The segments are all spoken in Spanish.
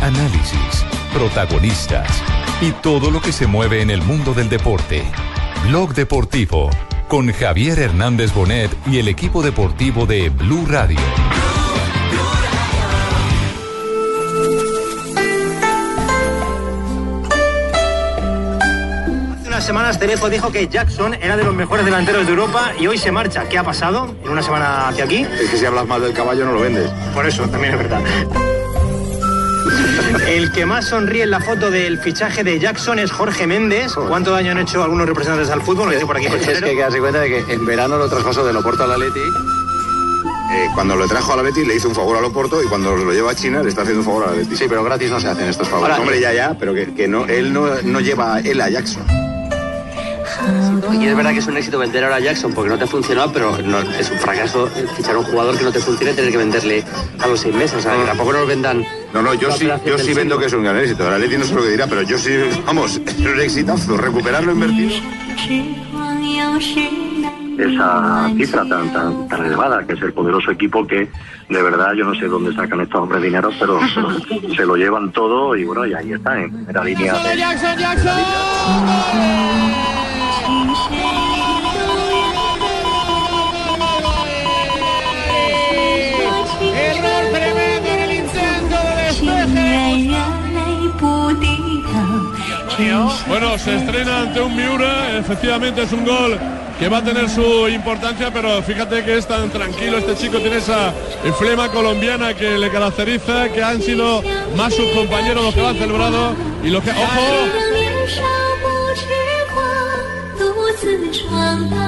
análisis, protagonistas y todo lo que se mueve en el mundo del deporte. Blog Deportivo con Javier Hernández Bonet y el equipo deportivo de Blue Radio. Hace unas semanas Cerezo dijo que Jackson era de los mejores delanteros de Europa y hoy se marcha. ¿Qué ha pasado en una semana hacia aquí? Es que si hablas mal del caballo no lo vendes. Por eso, también es verdad. El que más sonríe en la foto del fichaje de Jackson es Jorge Méndez. ¿Cuánto daño han hecho algunos representantes al fútbol? Lo dice por aquí. por el Es que chatero. quedarse cuenta de que en verano lo traspasó del Oporto al Atleti. Eh, cuando lo trajo al Atleti le hizo un favor al Oporto y cuando lo lleva a China le está haciendo un favor al Atleti. Sí, pero gratis no se hacen estos favores. Hombre, ya, ya, pero que, que no, él no, no lleva él a Jackson. Y es verdad que es un éxito vender ahora a Jackson porque no te ha funcionado, pero no- es un fracaso eh, fichar a un jugador que no te funcione y tener que venderle a los seis meses. O sea, que tampoco nos vendan. No, no, yo la sí, operación yo del sí vendo siglo. que es un gran éxito. El Atleti no sé lo que dirá, pero yo sí, vamos, es un exitazo. Recuperarlo invertido. 时光有时难。 esa cifra tan, tan, tan elevada, que es el poderoso equipo que de verdad yo no sé dónde sacan estos hombres dinero, pero, pero se lo llevan todo y bueno, y ahí están en primera línea. de- Error tremendo en el intento del 情 espeje. 愿热泪不低头，只 Bueno, se estrena ante un Miura, efectivamente es un gol que va a tener su importancia, pero fíjate que es tan tranquilo, este chico tiene esa flema colombiana que le caracteriza, que han sido más sus compañeros los que lo han celebrado y los que... ¡Ojo! 让年少不痴狂，独自闯荡。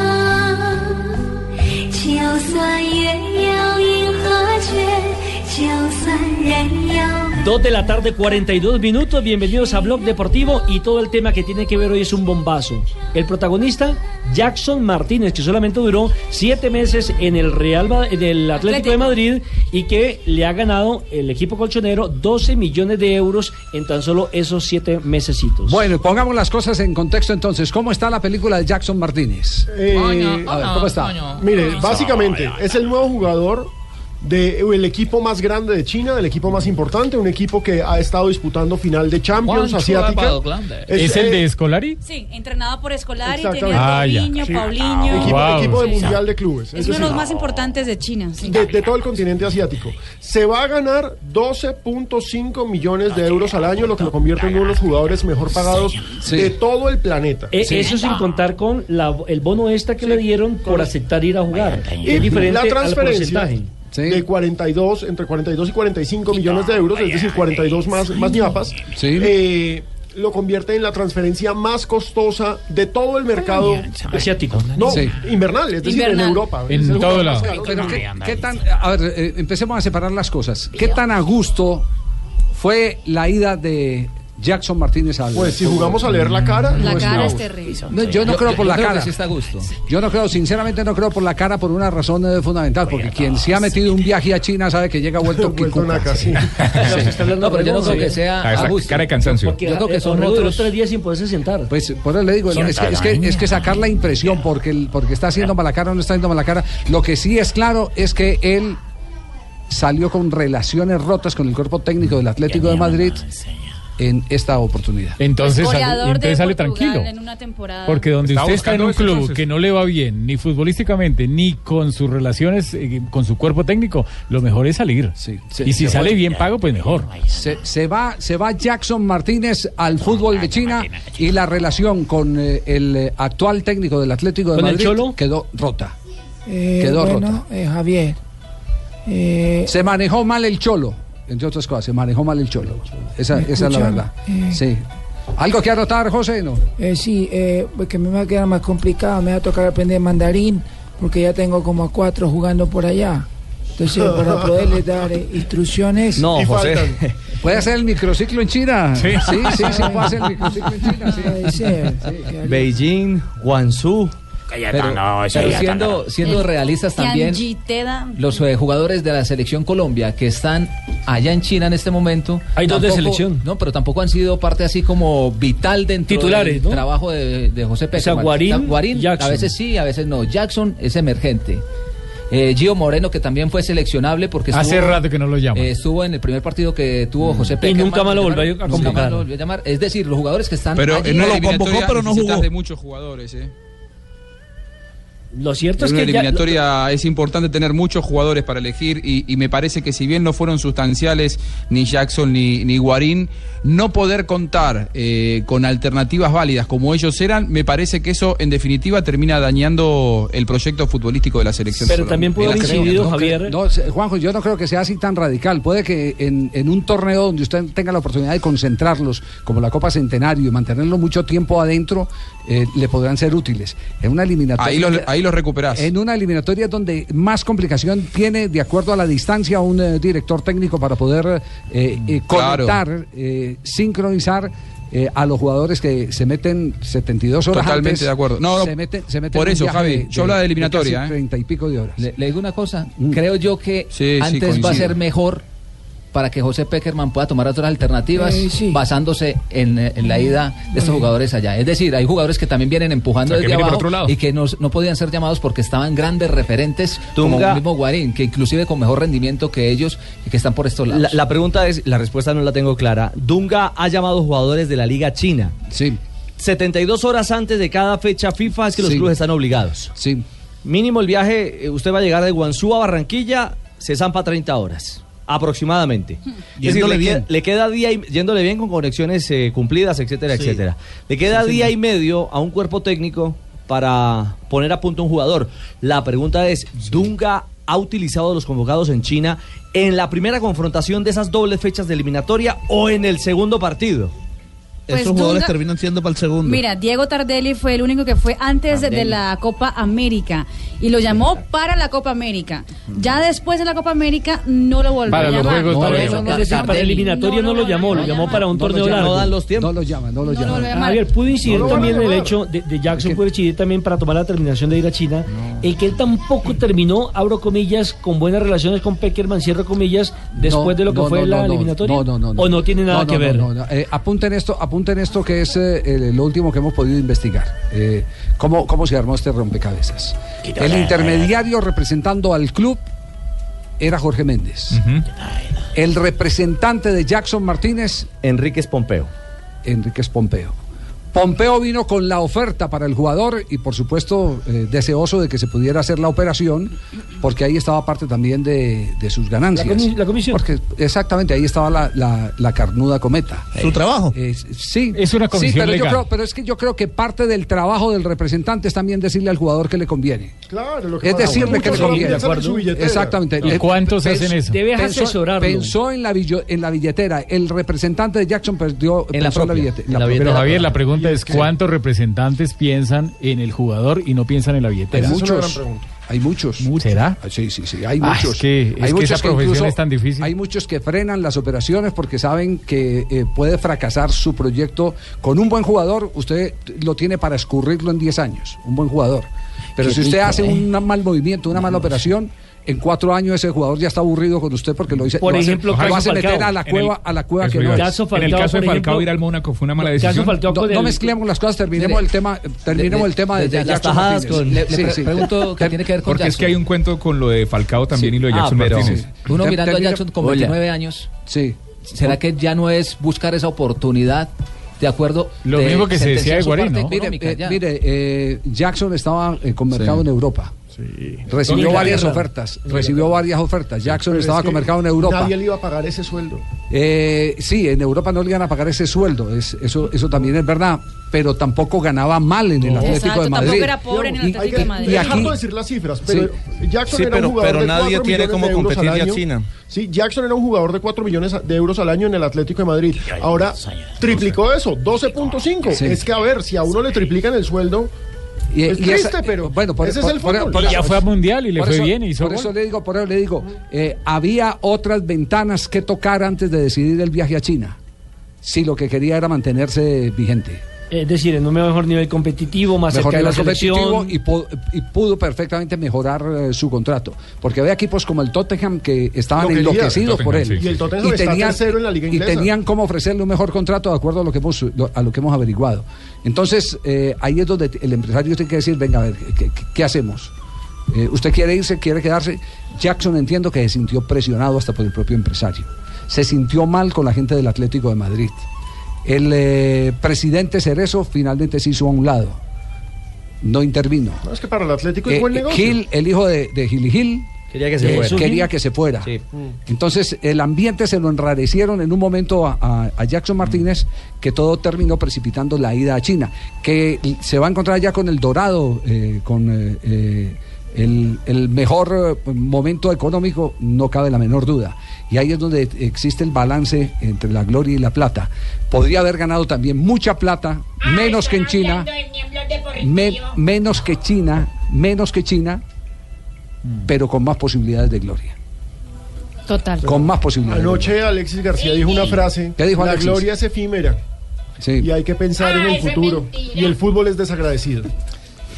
就算月有阴和缺，就算人有。 Dos de la tarde, 42 minutos. Bienvenidos a Blog Deportivo. Y todo el tema que tiene que ver hoy es un bombazo. El protagonista, Jackson Martínez, que solamente duró siete meses en el Real Ma- en el Atlético de Madrid y que le ha ganado el equipo colchonero 12 millones de euros en tan solo esos siete mesecitos. Bueno, pongamos las cosas en contexto entonces. ¿Cómo está la película de Jackson Martínez? Eh, A ver, ¿cómo está? Mire, básicamente es el nuevo jugador del equipo más grande de China, del equipo más importante, un equipo que ha estado disputando final de Champions Juancho asiática. Abadoglander. Es, eh, Escolari? Sí, entrenado por Escolari, Exactamente. tenía Ah, ya. Paulinho, Sí. Paulinho. equipo, Wow. equipo de Sí. mundial de clubes. Es uno de los más importantes de China. sí. de, de todo el continente asiático. Se va a ganar 12.5 millones de euros al año, lo que lo convierte en uno de los jugadores mejor pagados Sí. de todo el planeta. Eh, Eso sin contar con la- el bono extra que le dieron por aceptar ir a jugar. Y Es diferente la al transferencia porcentaje. Sí. de 42, entre 42 y 45 millones de euros, es decir, 42 más, más ñapas, Sí. eh, lo convierte en la transferencia más costosa de todo el mercado Asiático. no, Sí. invernal, es decir, Invernal. en Europa. En Es el todo jugador lado. más caro. Pero ¿qué, qué tan, a ver, eh, empecemos a separar las cosas. ¿Qué tan a gusto fue la ida de Jackson Martínez al Pues si jugamos a leer la cara, pues, no La es cara bravo. es terrible. No, yo no creo por la cara. que sí está a gusto. Yo no creo, sinceramente no creo por la cara por una razón eh, fundamental, porque quien se ha metido un viaje a China sabe que llega vuelto Vuelto quicuca. naca, sí. Los que están hablando No, pero yo no de- creo que sea Ah, a esa gusto. cara de cansancio. Porque Yo creo que eh, son Orrego duró otros- tres días sin poderse sentar. Pues por eso le digo, no, es que, es, que, es que sacar la impresión, porque, el, porque está haciendo mala cara o no está haciendo mala cara. Lo que sí es claro es que él salió con relaciones rotas con el cuerpo técnico del Atlético de Madrid en esta oportunidad. Entonces, Goleador de Portugal en una temporada. Porque donde Está usted está en buscando un eso, club entonces. que no le va bien, ni futbolísticamente, ni con sus relaciones, eh, con su cuerpo técnico, lo mejor es salir. Sí, sí. y si Se sale bien pago, pues mejor. Se, se va, se va Jackson Martínez al fútbol de China y la relación con eh, el eh, actual técnico del Atlético de ¿Con el Madrid Cholo? quedó rota. Eh, Quedó rota. Javier. Se manejó mal el Cholo, entre otras cosas, se manejó mal el Cholo. Esa, esa es la escuchan? Eh, verdad. Sí. ¿Algo que anotar, José? No. eh, sí, porque me va a quedar más complicado. Me va a tocar aprender mandarín porque ya tengo como a cuatro jugando por allá. Entonces, para poderles dar eh, instrucciones. No, Y faltan. ¿Puede hacer el microciclo en China? Sí, sí, sí, sí, puede hacer el microciclo en China. sí. Beijing, Guangzhou. Pero, pero ya siendo, siendo realistas también, Tianjiteda. los eh, jugadores de la selección Colombia que están allá en China en este momento. Hay dos de selección. No, pero tampoco han sido parte así como vital dentro Titulares, del ¿no? trabajo de, de José Pérez. sea, Guarín, Jackson. a veces sí, a veces no. Jackson es emergente. Eh, Gio Moreno, que también fue seleccionable porque Hace rato que no lo llama. eh, estuvo en el primer partido que tuvo José Peckerman. nunca más lo volvió a Nunca más convocar. lo volvió a llamar. Es decir, los jugadores que están Pero allí- en una eliminatoria necesitas de muchos jugadores, ¿eh? Lo cierto En es una que ya- eliminatoria es importante tener muchos jugadores para elegir y, y me parece que si bien no fueron sustanciales ni Jackson ni, ni Guarín, no poder contar eh, con alternativas válidas como ellos eran, me parece que eso en definitiva termina dañando el proyecto futbolístico de la selección. Pero también puede haber incidido, No, se- Juanjo, yo no creo que sea así tan radical. Puede que en, en un torneo donde usted tenga la oportunidad de concentrarlos, como la Copa Centenario, y mantenerlos mucho tiempo adentro, eh, le podrán ser útiles. En una eliminatoria. Ahí los, ahí los recuperás. En una eliminatoria donde más complicación tiene, de acuerdo a la distancia, un eh, director técnico para poder eh, eh, Claro. conectar, eh, sincronizar. eh, a los jugadores que se meten 72 horas Totalmente antes, de acuerdo. No, no, se meten- se meten por en un eso, viaje Javi, yo hablaba de casi eliminatoria, ¿eh? 30 y pico de horas. Mm. Le, le digo una cosa, creo yo que Sí, sí, antes va coincido. a ser mejor para que José Peckerman pueda tomar otras alternativas Eh, sí. basándose en, eh, en la ida de estos Eh. jugadores allá. Es decir, hay jugadores que también vienen empujando O sea, que desde viene por abajo otro lado. y que no, no podían ser llamados porque estaban grandes referentes como Tunga. el mismo Guarín, que inclusive con mejor rendimiento que ellos y que están por estos lados. La, la pregunta es, la respuesta no la tengo clara. Dunga ha llamado jugadores de la Liga China. Sí. 72 horas antes de cada fecha FIFA es que los Sí. clubes están obligados. Sí. Mínimo el viaje, eh, usted va a llegar de Guangzhou a Barranquilla, se zampa 30 horas, aproximadamente. Es Yéndole le, queda- bien. le queda día y, yéndole bien con conexiones eh, cumplidas, etcétera, Sí. etcétera. Le queda Sí, día señor. y medio a un cuerpo técnico para poner a punto un jugador. La pregunta es, ¿Dunga ha utilizado a los convocados en China en la primera confrontación de esas dobles fechas de eliminatoria o en el segundo partido? Pues Estos jugadores Dunga- terminan siendo para el segundo. Mira, Diego Tardelli fue el único que fue antes de- de Tardelli. la Copa América y lo llamó para la Copa América. Ya después de la Copa América no lo volvió Para a los llamar. juegos, para eso, no, es decir, para eliminatoria no lo llamó, lo llamó para un torneo largo. No lo llaman, Pues no lo No, llaman. Ah, Javier, pudo No incidir lo van a también el llamar. hecho de, de Jackson, pudo incidir también para tomar la terminación de ir a China, el que él tampoco terminó, abro comillas, con buenas relaciones con Peckerman, cierro comillas, después No, de lo que no, fue no, la no, no, eliminatoria. no, no, no, no. O no tiene nada No, no, que ver. no, no, no. Eh, apunten esto, apunten esto que es eh, el- lo último que hemos podido investigar. Eh, ¿cómo, ¿Cómo se armó este rompecabezas? Quítale. El intermediario representando al club era Jorge Méndez. El representante de Jackson Martínez, Enríquez Pompeo. Enríquez Pompeo. Pompeo vino con la oferta para el jugador y por supuesto eh, deseoso de que se pudiera hacer la operación porque ahí estaba parte también de, de sus ganancias. La comi- comisión. Porque exactamente ahí estaba la, la- la carnuda cometa. ¿Su trabajo? Eh, sí. Es una comisión sí, pero legal. yo creo, pero es que yo creo que parte del trabajo del representante es también decirle al jugador que le conviene. Claro, lo que Es pasa. decirle Muchos que le solo conviene. piensan en su billetera. Exactamente. Le- pens- pensó- Pensó en la, billo- en la billetera. El representante de Jackson perdió En la pensó en propia, billete- en la propia. billetera. Pero Javier, la pregunta es ¿cuántos representantes piensan en el jugador y no piensan en la billetera? Hay muchos. Hay muchos. ¿Será? Sí, sí, sí. Hay Ah, muchos. es que- es que esa profesión es tan difícil. Hay muchos que frenan las operaciones porque saben que eh, puede fracasar su proyecto. Con un buen jugador, usted lo tiene para escurrirlo en 10 años. Un buen jugador. Pero Qué si usted rico, hace ¿eh? un mal movimiento, una mala operación. En cuatro años ese jugador ya está aburrido con usted porque lo, dice, Por lo hace- ejemplo, lo hace, Caso Falcao. meter a la En cueva, el- a la cueva eso que iba no a es. decir. Caso En el Falcao, caso de por Falcao, ejemplo, ir al Mónaco fue una mala decisión. Falcao no, con no el- mezclemos las cosas, terminemos Mire, el tema, terminemos de- el tema de, de- de las Jackson tajadas Martínez. con- Le, le Sí, pre- sí. pregunto qué tiene que ver con Porque es que Jackson. hay un cuento con lo de Falcao también y lo de Ah, Jackson pero Martínez. Uno mirando a Jackson con Hola. 29 años. Sí. Oh. ¿Será que ya no es buscar esa oportunidad? De acuerdo. Lo de mismo que se decía sentenciar de su Guarín, parte ¿no? económica, Eh, ya. mire, eh, Jackson estaba eh, con mercado Sí. en Europa. Recibió Inglaterra. varias ofertas. Recibió varias ofertas. Jackson Pero es estaba que con mercado en Europa. Nadie le iba a pagar ese sueldo. Eh, sí, en Europa no le iban a pagar ese sueldo. Es, eso, eso también es verdad. Pero tampoco ganaba mal en el Atlético de Madrid. Y- Hay que- Y, dejar aquí, de decir las cifras, pero Sí. Jackson Sí, era pero- un jugador pero de nadie 4 tiene millones cómo de euros al competirle a año. China. Sí, Jackson era un jugador de 4 millones de euros al año en el Atlético de Madrid. Ahora triplicó eso, 12.5. Sí. Es que a ver, si a uno le triplican el sueldo, y- es y esa- eh, triste, pero bueno, por- ese por- es el por- fútbol. por- mundial y le por fue eso- bien y hizo Por gol. eso le digo, por eso le digo, eh, había otras ventanas que tocar antes de decidir el viaje a China. Si lo que quería era mantenerse vigente. Es decir, en un mejor nivel competitivo, más mejor cerca de la nivel competitivo selección. y po- y pudo, perfectamente mejorar eh, su contrato. Porque había equipos como el Tottenham que estaban Lo quería. Ah, enloquecidos por él. Tottenham, sí. Y el Tottenham está tercero en la liga y inglesa. tenían cómo ofrecerle un mejor contrato de acuerdo a lo que hemos, lo- a lo que hemos averiguado. Entonces, eh, ahí es donde el empresario tiene que decir, venga, a ver, ¿qué, qué- qué hacemos? Eh, usted quiere irse, quiere quedarse. Jackson entiendo que se sintió presionado hasta por el propio empresario. Se sintió mal con la gente del Atlético de Madrid. El eh, presidente Cerezo finalmente se hizo a un lado. No intervino. No, es que para el Atlético es Eh, buen eh, negocio. Gil, el hijo de, de Gil y Gil. Quería que se eh, fuera. Quería que se fuera. Mm. Entonces, el ambiente se lo enrarecieron en un momento a, a- a Jackson Martínez, que todo terminó precipitando la ida a China. Que l- se va a encontrar ya con el Dorado, eh, con eh, eh, el, el mejor eh, momento económico, no cabe la menor duda. Y ahí es donde existe el balance entre la gloria y la plata. Podría haber ganado también mucha plata, menos que en China. Me- menos que China, menos que China, Mm. pero con más posibilidades de gloria. Total. Con más posibilidades. de gloria. Anoche Alexis García dijo una frase. ¿Qué dijo la Alexis? gloria es efímera. Y hay que pensar en el futuro. Y el fútbol es desagradecido.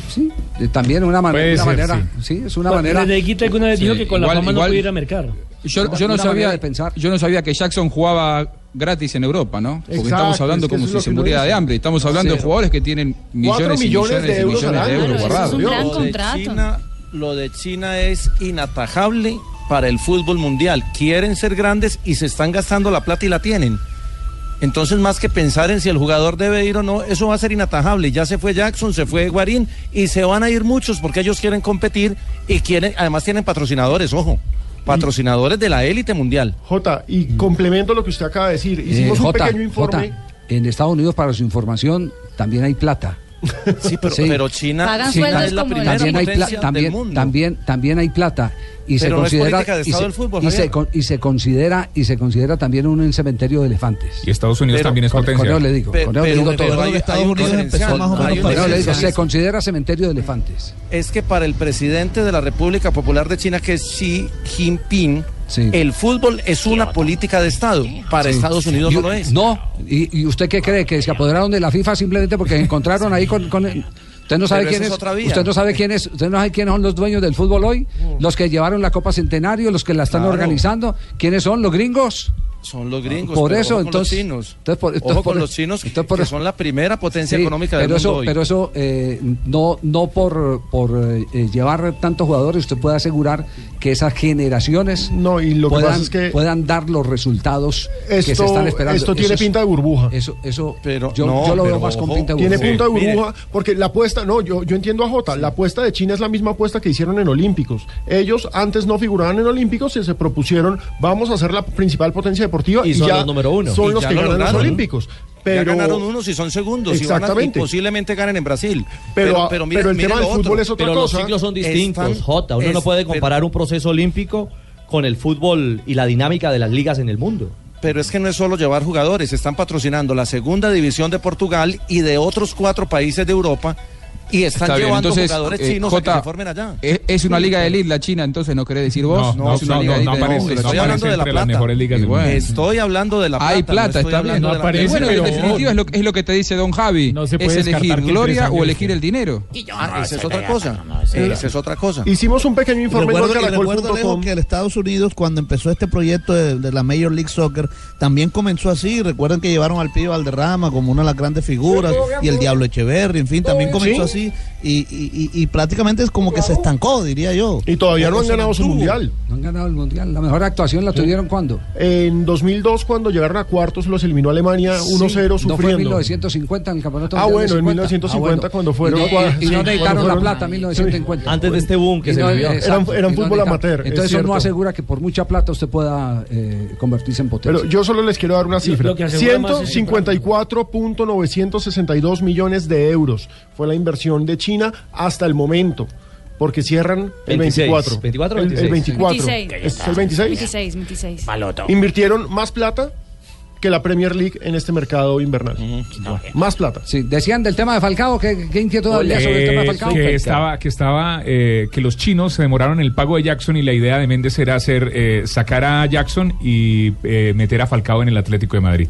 Sí, eh, también una, man- Puede una ser, manera. Sí. es una manera. Benedetti alguna vez Sí, dijo que con igual- la fama no igual- pudiera ir a mercar. Yo, yo no Una sabía, manera de pensar. yo no sabía que Jackson jugaba gratis en Europa, ¿no? Porque Exacto, estamos hablando es que como eso es si lo se que uno muriera de dice. hambre. Estamos hablando de Cero. jugadores que tienen millones, y millones y millones de euros guardados. Lo de China- Lo de China es inatajable para el fútbol mundial. Quieren ser grandes y se están gastando la plata y la tienen. Entonces, más que pensar en si el jugador debe ir o no, eso va a ser inatajable. Ya se fue Jackson, se fue Guarín y se van a ir muchos porque ellos quieren competir y quieren, además tienen patrocinadores, ojo, patrocinadores de la élite mundial. Mm. Jota, y complemento lo que usted acaba de decir. Eh, Hicimos un Jota, pequeño informe. Jota, en Estados Unidos, para su información, también hay plata. Sí, pero, pero China, Pagan China sueldos es la como primera también hay potencia plata, también, del mundo. también, también hay plata y se Pero no es considera política de y, Estado se, el fútbol, y, se, Javier. con- y se considera y se considera también un cementerio de elefantes. Y Estados Unidos Pero- también es con- potencia. con Leo le digo, Pe- con Leo le pero- digo pero todo. hay- hay un diferencial, hay un Con Leo le digo, se diferencial. considera cementerio de elefantes. es que para el presidente de la República Popular de China, que es Xi Jinping, el fútbol es una política de Estado. Para Sí. Estados Unidos Y- no lo es. No, ¿Y, y usted qué cree? ¿Que se apoderaron de la FIFA simplemente porque encontraron ahí con... con el- Usted no, sabe Pero esa quién es es, otra vía. Mm. usted no sabe quién es, usted no sabe quiénes son los dueños del fútbol hoy, los que llevaron la Copa Centenario, los que la están Claro. organizando, ¿quiénes son? ¿Los gringos? Son los gringos. Por pero eso, ojo con entonces- los chinos. entonces por- entonces ojo con por- los chinos, entonces por- que son la primera potencia Sí, económica del pero eso, mundo hoy. Pero eso eh, no, no por, por eh, llevar tantos jugadores, usted puede asegurar que esas generaciones no, y lo que puedan, pasa es que- puedan dar los resultados que se Esto- están esperando. esto tiene Eso es- pinta de burbuja. Eso, eso pero, yo, yo lo veo más con pinta de burbuja. Tiene punta de burbuja, porque la apuesta, no, yo, yo entiendo a Jota, la apuesta de China es la misma apuesta que hicieron en Olímpicos. Ellos antes no figuraban en Olímpicos y se propusieron, vamos a ser la principal potencia deportiva. Y son ya los número uno. Son Y los ya que lo ganan los lograron. Olímpicos. Pero, ya ganaron unos y son segundos. y van a- Exactamente. Y, posiblemente ganen en Brasil. Pero- pero el tema lo del otro. fútbol es otra Pero Pero lo- los ciclos son distintos, Están- Jota. Uno no es- puede comparar un proceso olímpico con el fútbol y la dinámica de las ligas en el mundo. Pero es que no es solo llevar jugadores, están patrocinando la segunda división de Portugal y de otros cuatro países de Europa y están Está bien, llevando entonces, jugadores eh, chinos a Jota, que se formen allá. Es, es una liga de elite la China, entonces no querés decir vos. No, no, es una no, liga no, de no elite. aparece, no Estoy hablando aparece de la entre las plata. mejores ligas Y del bueno. mundo. Estoy hablando de la Hay plata, no plata, estoy está bien. hablando de la plata. bueno, Bueno, en pero- definitiva es lo, es lo que te dice don Javi. se puede es descartar elegir que el gloria empresario o elegir el dinero. Eh, Ah, esa es esa otra ya- cosa. esa ya- Esa es otra cosa. Hicimos un pequeño informe en recuerdo, y recuerdo, Alejo, golcaracol.com. que en Estados Unidos, cuando empezó este proyecto de, de la Major League Soccer, también comenzó así. Recuerden que llevaron al Pibe Valderrama como una de las grandes figuras y el Diablo Echeverri, en fin, también comenzó Sí. así. Y, y- y- y prácticamente es como que se estancó, diría yo. Y todavía no O han se ganado su mantuvo. mundial. No han ganado el mundial. La mejor actuación la tuvieron cuando. En 2002, cuando llegaron a cuartos, los eliminó Alemania 1-0 Sí, No fue en sufriendo. 1950 en el campeonato. Ah, mundial bueno, de en 50. 1950 cuando fueron Y no- cuadras- Y, y no sí, necesitaron cuando fueron- la plata, 1950. Antes de este boom que Y se no- vivió. exacto, Eran- eran y no fútbol necesitaron. amateur, es Entonces eso cierto. no asegura que por mucha plata usted pueda eh, convertirse en potencia. Pero yo solo les quiero dar una cifra. lo que asegura más es- 154.962 millones de euros fue la inversión de China hasta el momento. Porque cierran el 26, 24. 24, El- El, 24. 26. ¿Es el 26? 26, 26. Invirtieron más plata que la Premier League en este mercado invernal. Más plata. Sí, decían del tema de Falcao, ¿qué, qué inquietud había sobre el tema de que, Falcao? Eh, Pues que estaba que estaba eh, que los chinos se demoraron en el pago de Jackson y la idea de Méndez era hacer eh, sacar a Jackson y eh, meter a Falcao en el Atlético de Madrid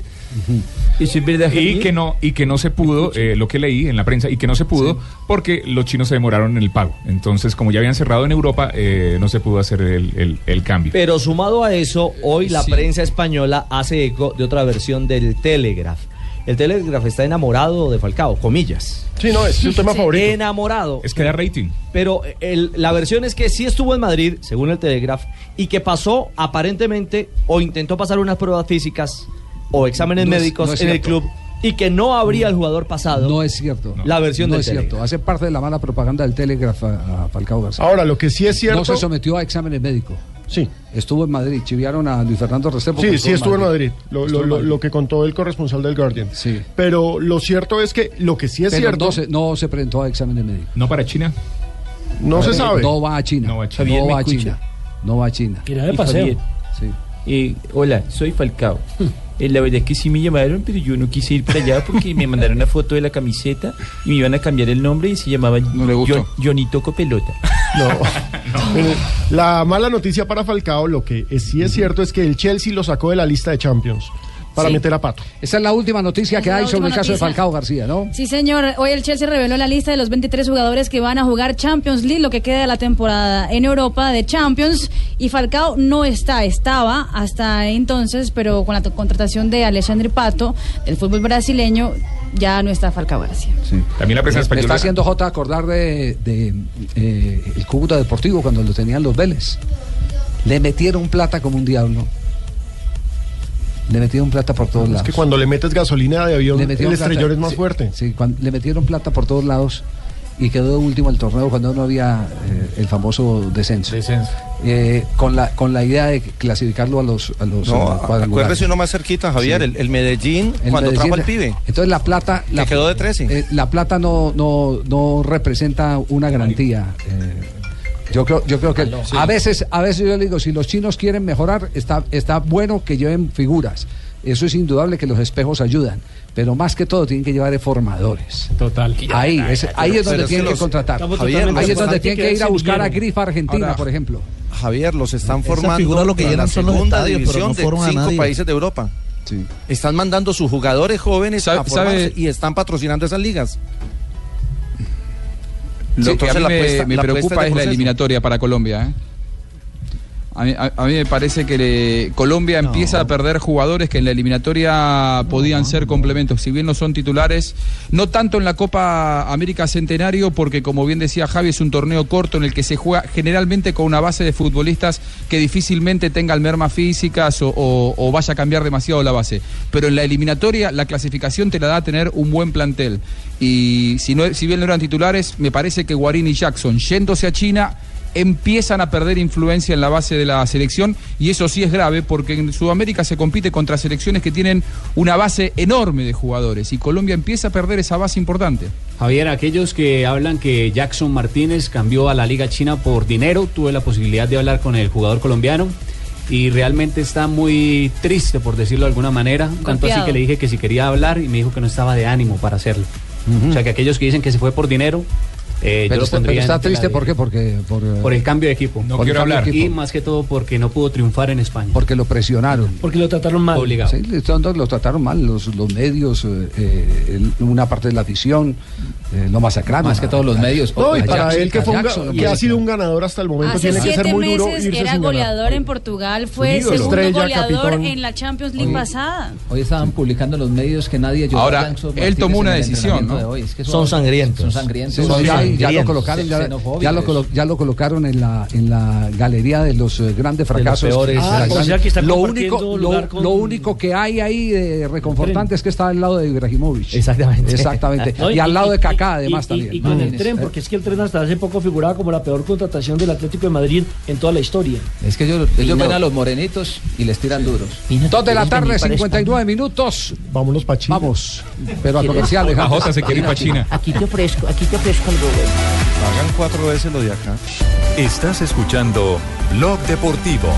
Y servir de y que no y que no se pudo eh, lo que leí en la prensa y que no se pudo porque los chinos se demoraron en el pago entonces como ya habían cerrado en Europa eh, no se pudo hacer el, el- el cambio Pero sumado a eso, hoy la Sí. prensa española hace eco de otra versión del Telegraph. El Telegraph está enamorado de Falcao, comillas. Sí, no, es su tema favorito. Enamorado. Es que da rating. Pero eh, el- la versión es que sí estuvo en Madrid, según el Telegraph, y que pasó aparentemente o intentó pasar unas pruebas físicas o exámenes No es- médicos no es en el cierto. club y que no habría el jugador pasado. No es cierto. La versión no del es cierto. Telegraph. Hace parte de la mala propaganda del Telegraph a, a Falcao García. Ahora, lo que sí es cierto- No se sometió a exámenes médicos. Sí. Estuvo en Madrid. Chiviaron a Luis Fernando Restrepo. que Sí, sí estuvo en Madrid. Lo, Estuvo lo- en lo- Madrid. lo que contó el corresponsal del Guardian. Sí. Pero lo cierto es que lo que sí es Pero cierto. no se- no se presentó a exámenes médicos. ¿No para China? No se sabe. No va a China. No va a China. No va a Javier China. No va a China. Y Javier, eh, hola, soy Falcao. Eh, la verdad es que sí me llamaron, pero yo no quise ir para allá porque me mandaron una foto de la camiseta y me iban a cambiar el nombre y se llamaba John- Johnito Copelota. Mire, Eh, La mala noticia para Falcao, lo que es- sí es cierto es que el Chelsea lo sacó de la lista de Champions para Sí. meter a Pato. Esa es la última noticia que la hay sobre el última caso de noticia. Falcao García, ¿no? Sí, señor. Hoy el Chelsea reveló la lista de los 23 jugadores que van a jugar Champions League, lo que queda de la temporada en Europa de Champions. Y Falcao no está, estaba hasta entonces, pero con la to- contratación de Alexandre Pato, del fútbol brasileño, ya no está Falcao García. También la prensa Me- Me española. está haciendo J acordar de, de, eh, el Cúcuta Deportivo cuando lo tenían los Vélez. Le metieron plata como un diablo. Le metieron plata por todos Es lados. que cuando le metes gasolina de avión, el estrellón es más fuerte. Sí, cuan- le metieron plata por todos lados y quedó último el torneo cuando no había eh, el famoso descenso. Eh, con, la, con la idea de clasificarlo a los, a los eh, No, cuadrangulares. acuérdese uno más cerquita, Javier, Sí. el, el Medellín, El cuando Medellín- trajo al pibe. Entonces la plata. Que La, quedó de 13. eh, la plata no, no, no representa una garantía. eh, yo creo, yo creo que a veces, a veces yo le digo, si los chinos quieren mejorar, está, está bueno que lleven figuras. Eso es indudable que los espejos ayudan, pero más que todo tienen que llevar de formadores. Total. Ahí, es, ahí es donde Pero tienen que, los- contratar. Estamos totalmente ahí es donde de tienen que acuerdo. ir a buscar a Ahora, Grifa Argentina, por ejemplo. Javier, los están Esa formando figura lo que para llenan la son los segunda estadios, pero división no forman a de cinco nadie. países de Europa. Están mandando sus jugadores jóvenes a ¿Sabe- formarse sabe- y están patrocinando esas ligas. Lo Sí, que a entonces mí la me, apuesta- me la apuesta es de preocupa es la proceso. eliminatoria para Colombia. ¿eh? A, mí, a- a mí me parece que le- Colombia empieza a perder jugadores que en la eliminatoria podían ser complementos, si bien no son titulares, no tanto en la Copa América Centenario, porque como bien decía Javi, es un torneo corto en el que se juega generalmente con una base de futbolistas que difícilmente tengan mermas físicas o, o- o vaya a cambiar demasiado la base. Pero en la eliminatoria la clasificación te la da a tener un buen plantel. Y si, no, si bien no eran titulares, me parece que Guarín y Jackson, yéndose a China, empiezan a perder influencia en la base de la selección y eso sí es grave porque en Sudamérica se compite contra selecciones que tienen una base enorme de jugadores y Colombia empieza a perder esa base importante. Javier, aquellos que hablan que Jackson Martínez cambió a la Liga China por dinero, tuve la posibilidad de hablar con el jugador colombiano y realmente está muy triste, por decirlo de alguna manera. Tanto así Golpeado. que le dije que si quería hablar y me dijo que no estaba de ánimo para hacerlo. O sea, que aquellos que dicen que se fue por dinero, eh, yo Pero lo está, pondría pero en está tela triste, de- ¿por qué? Porque, por, eh, por el cambio de equipo. No Por el quiero cambio de hablar. Y equipo. más que todo porque no pudo triunfar en España. porque lo presionaron. Porque lo trataron mal. Obligado. Sí, le- todos lo trataron mal, los, los medios, eh, eh, el- una parte de la afición, eh, lo masacraron. Ah, Más que todos los medios. No, y para él que, fue un ga- que ha sido un ganador hasta el Este momento, Hace tiene que ser siete muy duro meses irse que era sin ganar. goleador en Portugal, fue ídolo. segundo Estrella, goleador capitán. en la Champions League Oye. pasada. Hoy estaban publicando en los medios que nadie ayudó Ahora, a Jackson él Martínez tomó en una el decisión, entrenamiento ¿no? de hoy. Es que Son sangrientos. Son sangrientos. Sí, ya, ya lo colocaron, Se- ya, ya lo, xenofóbicos. colo- ya lo colocaron en la, en la galería de los eh, grandes los fracasos. peores. De Ah, la o gran- sea que está lo, compartiendo único, lugar lo, con- lo único que hay ahí de reconfortante es que está al lado de Ibrahimovic. Exactamente. Exactamente. No, y, al lado de Kaká, y- además, y- también. Y con el Imagínese. tren, porque es que el tren hasta hace poco figuraba como la peor contratación del Atlético de Madrid en toda la historia. Es que ellos, ellos Y ven no. a los morenitos y les tiran duros. Dos de la tarde, 59 minutos. Vámonos para China. Vamos, pero a ¿Quieres? comerciales. Otra antes. Jota se quiere ir pa' China. Aquí te ofrezco, aquí te ofrezco algo Pagan cuatro veces lo de acá. Estás escuchando Blog Deportivo.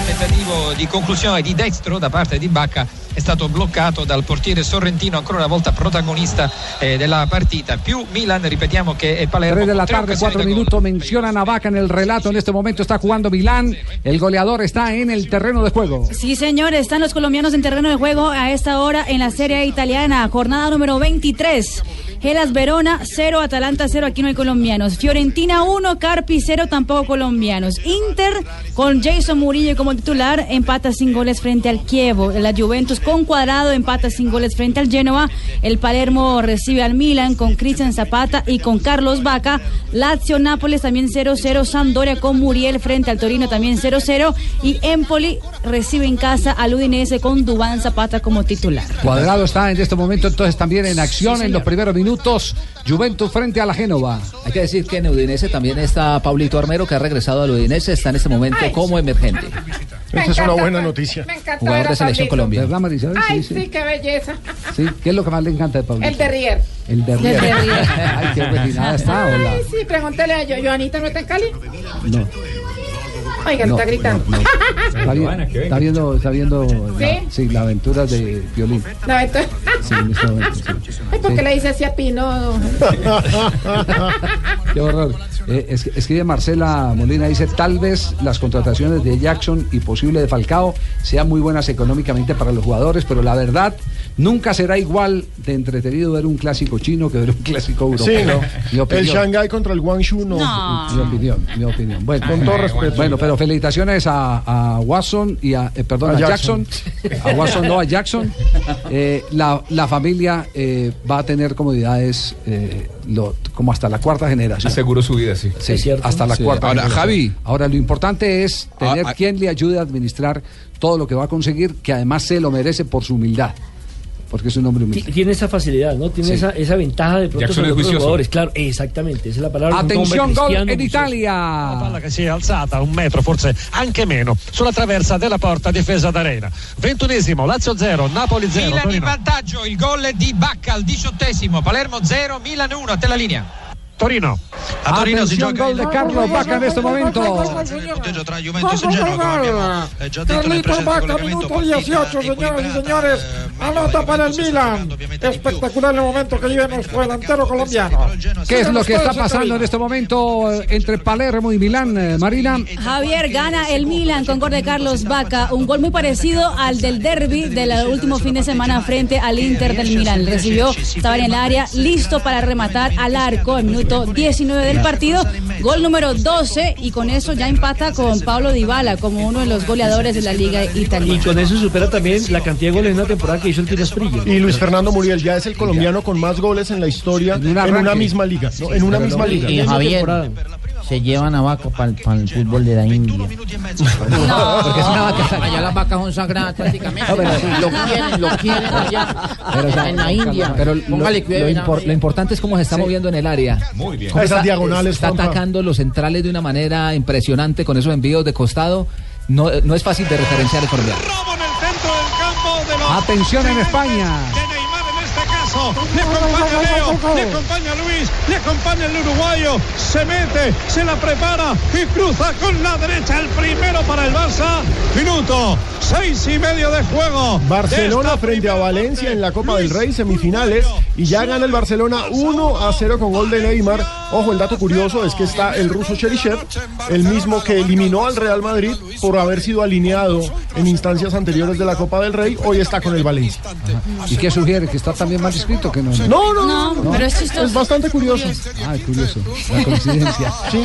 Il tentativo di conclusione di destro da parte di Bacca è stato bloccato dal portiere sorrentino, ancora una volta protagonista eh, della partita. Più Milan, ripetiamo che è Palermo. 3 de con la tre tarde, occasioni 4 da gol. minutos. Mencionan a Vaca en el relato. En este momento está jugando Milán. El goleador está en el terreno de juego. Sí, señores, están los colombianos en terreno de juego a esta hora en la Serie A italiana, jornada número 23. Gelas Verona 0, Atalanta 0, aquí no hay colombianos. Fiorentina 1, Carpi 0, tampoco colombianos. Inter con Jason Murillo como titular, empata sin goles frente al Kievo. La Juventus con Cuadrado empata sin goles frente al Genoa. El Palermo recibe al Milan con Cristian Zapata y con Carlos Vaca. Lazio Nápoles también 0-0, Sampdoria con Muriel frente al Torino también 0-0 y Empoli recibe en casa al Udinese con Dubán Zapata como titular. Cuadrado está en este momento entonces también en acción en señor. los primeros minutos. Juventus frente a la Génova. Hay que decir que en Udinese también está Pablito Armero, que ha regresado al Udinese, está en este momento como emergente. Esa es una buena noticia. Me encanta Jugador ver a de selección Pablito. Colombia. ¿Verdad, Marisabel? Ay, Sí, sí, sí. qué belleza. Sí. ¿Qué es lo que más le encanta de Pablo? El de Rier. El de Riera. Ay, qué refinada Ah, está, hola. Ay, sí, pregúntale a yo. ¿Joanita no está en Cali? No, Oiga, No, está gritando. no, está, vi- Giovanna, que venga. está viendo, está viendo la, ¿Sí? sí, la aventura de violín. No, entonces... Sí, en este momento, sí. Ay, ¿por Sí. qué le dice así a Pino? Qué horror. Eh, es- escribe Marcela Molina, dice, tal vez las contrataciones de Jackson y posible de Falcao sean muy buenas económicamente para los jugadores, pero la verdad, nunca será igual de entretenido ver un clásico chino que ver un clásico Sí, europeo. no. Mi El opinión. Shanghai contra el Guangzhou no. Mi opinión, mi opinión. Bueno, Con todo respeto. Bueno, pero felicitaciones a, a Watson y a, eh, perdón, A a Jackson. Jackson. A Watson, no a Jackson. Eh, la, la familia eh, va a tener comodidades eh, lo- como hasta la cuarta generación. Aseguro su vida, sí. Sí, hasta la Sí. cuarta. Ahora, generación. Javi. Ahora, lo importante es tener Ah, ah. quien le ayude a administrar todo lo que va a conseguir, que además se lo merece por su humildad. Porque es un hombre humilde. Tiene esa facilidad, ¿no? Tiene Sí. esa, esa ventaja de pronto Jackson sobre es otros juicioso. jugadores. Claro, exactamente, esa es la palabra. Un Attenzione, hombre gol cristiano, in juicioso. Italia. La palla che si è alzata un metro, forse anche meno, sulla traversa della porta difesa d'arena. Ventunesimo, Lazio 0, Napoli 0. Milan in vantaggio, il gol di Bacca al diciottesimo, Palermo 0, Milan 1, a te la linea. Torino. A Torino si Attenzione, gioca gol de Carlos Vaca en este momento. punteggio tra Juventus e Genoa come abbiamo eh, già detto nel Carlitos precedente Vaca, collegamento minuto 18, e señoras y señores. eh, Anota para el Milan. Espectacular el momento que vive nuestro delantero colombiano. ¿Qué es Sigan lo que ustedes está en pasando cabina. en este momento eh, entre Palermo y Milán, eh, Marina? Javier gana el Milan con gol de Carlos Vaca, un gol muy parecido al del derby del último fin de semana frente al Inter del Milan. Recibió, estaba en el área, listo para rematar al arco en minuto 19 del partido, gol número 12 y con eso ya empata con Pablo Dybala como uno de los goleadores de la liga Y italiana. con eso supera también la cantidad de goles en una temporada que hizo el Tiras Prillo. Y Luis Fernando Muriel ya es el colombiano con más goles en la historia en una, arranque. misma liga. No, en una Pero misma no, liga. y- y Javier, Se llevan a vaca para el fútbol de la India. Porque es una vaca. Allá las vacas son sagradas prácticamente. No, pero- Lo quieren, lo quieren allá. Pero, o sea, en la India. Pero lo, Póngale cuidado. lo impor- lo importante es cómo se está moviendo en el área. Muy bien. Cómo Esas está, diagonales, Está Juanpa. atacando los centrales de una manera impresionante con esos envíos de costado. No, no es fácil de referenciar el colombiano. Atención en España. caso. Le acompaña Leo, le acompaña Luis, le acompaña el uruguayo. Se mete, se la prepara y cruza con la derecha el primero para el Barça. Minuto, seis y medio de juego. Barcelona frente a Valencia en la Copa del Rey, semifinales, y ya gana el Barcelona 1 a 0 con gol de Neymar. Ojo, el dato curioso es que está el ruso Cheryshev, el mismo que eliminó al Real Madrid por haber sido alineado en instancias anteriores de la Copa del Rey, hoy está con el Valencia. ¿Y qué sugiere? ¿Que está también mal escrito? que no? No, no, no, no. pero es es bastante curioso. Ah, es curioso. La coincidencia. Sí.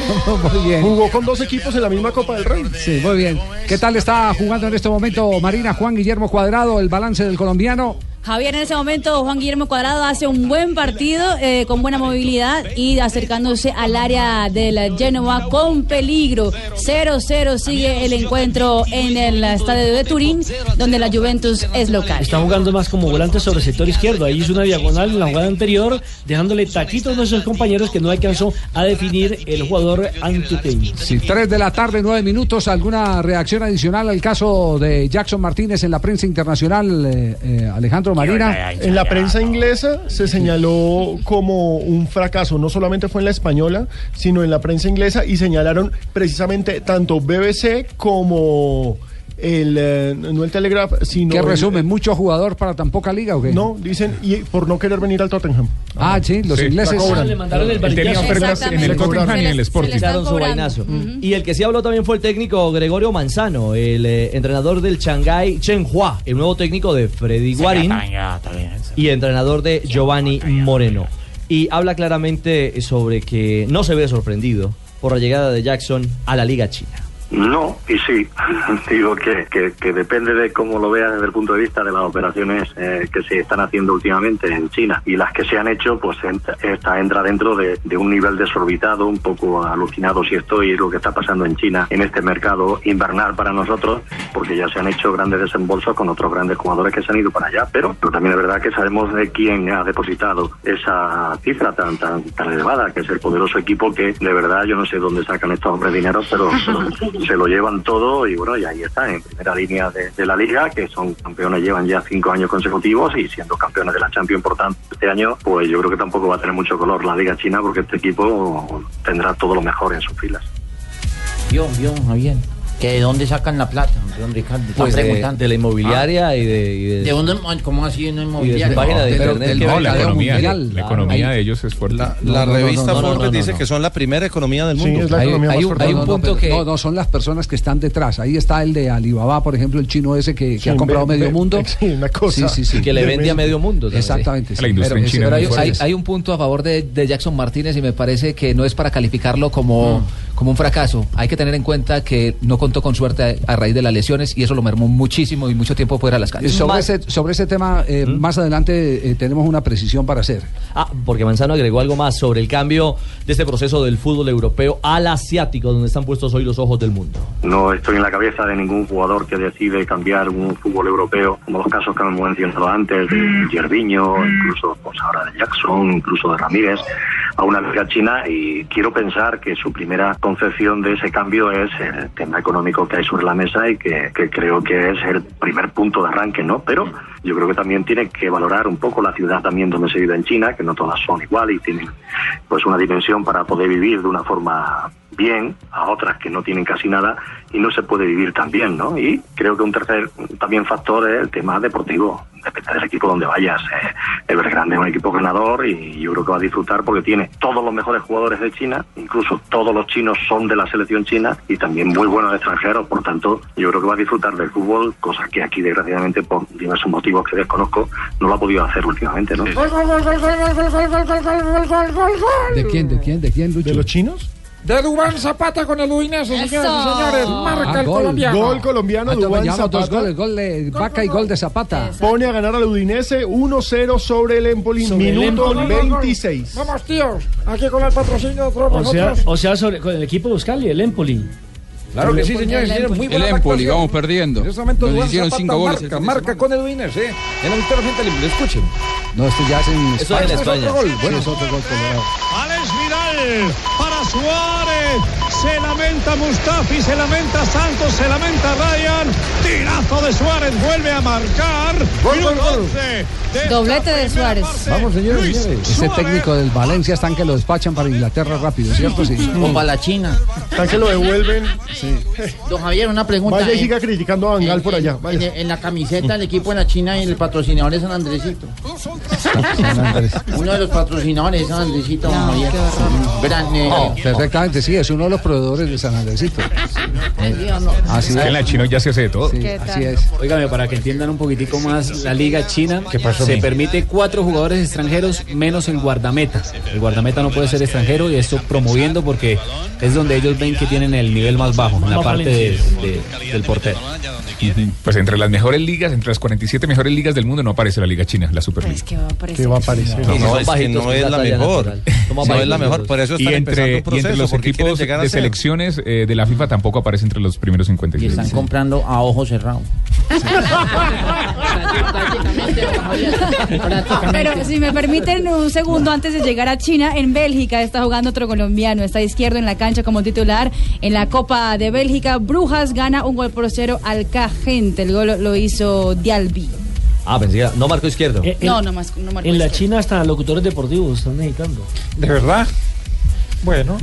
Muy bien. Jugó con dos equipos en la misma Copa del Rey. Sí, muy bien. ¿Qué tal está jugando en este momento Marina Juan Guillermo Cuadrado, el balance del colombiano? Javier, en ese momento Juan Guillermo Cuadrado hace un buen partido eh, con buena movilidad y acercándose al área de la Genoa con peligro. 0-0 sigue el encuentro en el estadio de Turín, donde la Juventus es local. Está jugando más como volante sobre el sector izquierdo. Ahí hizo una diagonal en la jugada anterior, dejándole taquitos a sus compañeros que no alcanzó a definir el jugador antioqueño. Sí, tres de la tarde, nueve minutos. ¿Alguna reacción adicional al caso de Jackson Martínez en la prensa internacional, eh, eh, Alejandro Marina? En la prensa inglesa se señaló como un fracaso, no solamente fue en la española, sino en la prensa inglesa y señalaron precisamente tanto BBC como el, eh, no el Telegraph, sino... ¿Qué el- resumen? ¿Mucho jugador para tan poca liga o qué? No, dicen, y por no querer venir al Tottenham. Ah, sí, los Sí, ingleses. la Ah, cobran. Le mandaron el Él tenía varillazo. ofertas en el Exactamente. Tottenham Se y en les- el se Sporting. les- Quitaron su cobrando. vainazo. Y el que sí habló también fue el técnico Gregorio Manzano, el eh, entrenador del Shanghai Chenhua, el nuevo técnico de Freddy Guarín y entrenador de Giovanni Moreno. y habla claramente sobre que no se ve sorprendido por la llegada de Jackson a la Liga China. No y sí. Digo que, que- que depende de cómo lo veas desde el punto de vista de las operaciones eh, que se están haciendo últimamente en China. Y las que se han hecho, pues ent- esta entra dentro de, de un nivel desorbitado, un poco alucinado si estoy, lo que está pasando en China en este mercado invernal para nosotros, porque ya se han hecho grandes desembolsos con otros grandes jugadores que se han ido para allá. Pero, pero también es verdad que sabemos de quién ha depositado esa cifra tan, tan, tan elevada, que es el poderoso equipo que de verdad yo no sé dónde sacan estos hombres dinero, pero pero se lo llevan todo y bueno, y ahí está, en primera línea de, de la liga, que son campeones, llevan ya cinco años consecutivos y siendo campeones de la Champions, por tanto, este año, pues yo creo que tampoco va a tener mucho color la liga china porque este equipo tendrá todo lo mejor en sus filas. Vio, vio, Javier. ¿Que de dónde sacan la plata, don Ricardo? Está Pues de, preguntando. Ah. de la inmobiliaria y de... y ¿De dónde? ay, ¿Cómo así una Y de inmobiliaria? su página de pero- internet. del- que No, ve la cada economía, la, mundial. la economía Ahí- de ellos es fuerte. La revista Forbes Forbes dice que son la primera economía del Sí, mundo. es la Hay- economía más fuerte del no, mundo. no, pero- No, no, son las personas que están detrás. Ahí está el de Alibaba, por ejemplo, el chino ese que, que Sí, ha comprado ve- medio ve- mundo. sí, una cosa Sí, sí, sí. que le vende a medio mundo también. Exactamente. sí. La industria Pero- en China pero es hay- muy hay- Hay, hay un punto a favor de, de Jackson Martínez y me parece que no es para calificarlo como, como un fracaso. Hay que tener en cuenta que no contó con suerte a, a raíz de las lesiones y eso lo mermó muchísimo y mucho tiempo fuera de las Eh, calles. Sobre ese, sobre ese tema, eh, ¿Mm? más adelante eh, tenemos una precisión para hacer. Ah, porque Manzano agregó algo más sobre el cambio de este proceso del fútbol europeo al asiático, donde están puestos hoy los ojos del mundo. No estoy en la cabeza de ningún jugador que decide cambiar un fútbol europeo, como los casos que hemos mencionado antes, de Gervinho, incluso pues, ahora de Jackson, incluso de Ramírez, a una liga china. Y quiero pensar que su primera concepción de ese cambio es el tema económico que hay sobre la mesa y que, que creo que es el primer punto de arranque, ¿no? Pero yo creo que también tiene que valorar un poco la ciudad también donde se vive en China, que no todas son iguales y tienen pues una dimensión para poder vivir de una forma bien, a otras que no tienen casi nada y no se puede vivir tan bien, ¿no? Y creo que un tercer también factor es el tema deportivo, depende del equipo donde vayas. eh, Evergrande es un equipo ganador y yo creo que va a disfrutar porque tiene todos los mejores jugadores de China, incluso todos los chinos son de la selección china y también muy buenos extranjeros, por tanto yo creo que va a disfrutar del fútbol, cosa que aquí desgraciadamente por diversos motivos que desconozco no lo ha podido hacer últimamente, ¿no? Gol, gol, gol, gol, gol, gol, gol, gol, gol, gol, gol, gol, gol, gol. ¿De quién? ¿De quién? ¿De quién, Lucho? ¿De los chinos? De Dubán Zapata con el Udinese, señores y señores. Marca el Ah, colombiano. Gol colombiano, Ah, toma, Dubán llevamos dos Zapata. goles, gol de Vaca y gol de Zapata. Pone a ganar al Udinese 1-0 sobre el Empoli, Sobre el minuto Empoli. 26. Vamos, tíos. Aquí con el patrocinio de Tropa. O sea, nosotros. o sea, sobre, con el equipo de Euskadi, el Empoli. Claro que sí, señores, El señores, muy El buena Empoli, actuación. vamos perdiendo. En ese momento Nos Dubán hicieron Zapata cinco goles. marca, marca con el Udinese. ¿eh? El auditor frente al Empoli, escuchen. No, este ya es en Eso es en España. Bueno, Bueno, es otro gol colorado. Alex Vidal para Suárez. Se lamenta Mustafi, se lamenta Santos, se lamenta Ryan. Tirazo de Suárez, vuelve a marcar. Minuto 11 de Doblete de Suárez. Vamos, señores, señores. Ese técnico del Valencia están que lo despachan para Inglaterra rápido, ¿cierto? Sí. O para la China. Están que lo devuelven. Sí. Don Javier, una pregunta. Vaya y eh, siga criticando a Bangal por en- allá. En, Vaya. en la camiseta del equipo de la China y el patrocinador es San Andresito. Uno de los patrocinadores es San Andresito, don Javier. Gran, eh, Oh, perfectamente, sí, es uno de los proveedores de San Andresito. eh, Así Ah, Es que en la China ya se hace de todo. Sí, así es. Óigame, para que entiendan un poquitico más, la Liga China se mi? permite cuatro jugadores extranjeros menos el guardameta. El guardameta no puede ser extranjero y esto promoviendo porque es donde ellos ven que tienen el nivel más bajo, en la parte de- de- del portero. Pues entre las mejores ligas, entre las 47 mejores ligas del mundo, no aparece la Liga China, la Superliga. que va a aparecer. ¿Qué va a aparecer? No, No, es que no es la talla mejor. natural. No Sí. es la mejor. Por eso y están entre, empezando un y entre proceso. los porque quieren equipos llegar a de ser. selecciones eh, de la FIFA tampoco aparece entre los primeros 56. Y están comprando a ojo cerrado. Pero si me permiten un segundo antes de llegar a China, en Bélgica está jugando otro colombiano, está izquierdo en la cancha como titular en la Copa de Bélgica. Brujas gana un gol por cero al Cagente, el gol lo hizo Dialbi. Ah, pensé que era- no marco izquierdo. Eh, No, no más, no marcó En la izquierdo. China hasta locutores deportivos están necesitando. ¿De verdad? Bueno.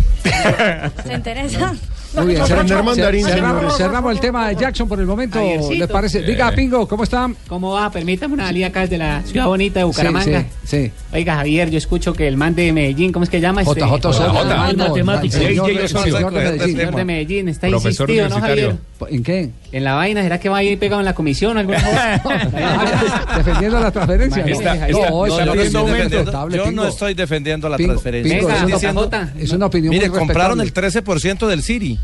¿Se interesa? Muy bien, Aprender cerramos, mandarín, cerramos- señor. cerramos el tema de Jackson por el momento. Javiercito. ¿Les parece? Diga, Eh. Pingo, ¿cómo están? ¿Cómo va? Permítame una salida acá desde la ciudad bonita de Bucaramanga. Sí, sí. Oiga, Javier, yo escucho que el man de Medellín, ¿cómo es que llama? Este, JJ Osorio. Osorio. Matemático. El J.J. señor Osorio. de Medellín. El señor de Medellín, está Profesor insistido, ¿no, universitario. Javier? ¿En qué? En la vaina, ¿será que va a ir pegado en la comisión o alguna cosa? Defendiendo la transferencia. Está- está- no, yo no estoy defendiendo- Yo no estoy defendiendo la Pingo, transferencia. Pingo, Estoy es, una, diciendo- es una opinión Mire, muy compraron el respetable. 13% del City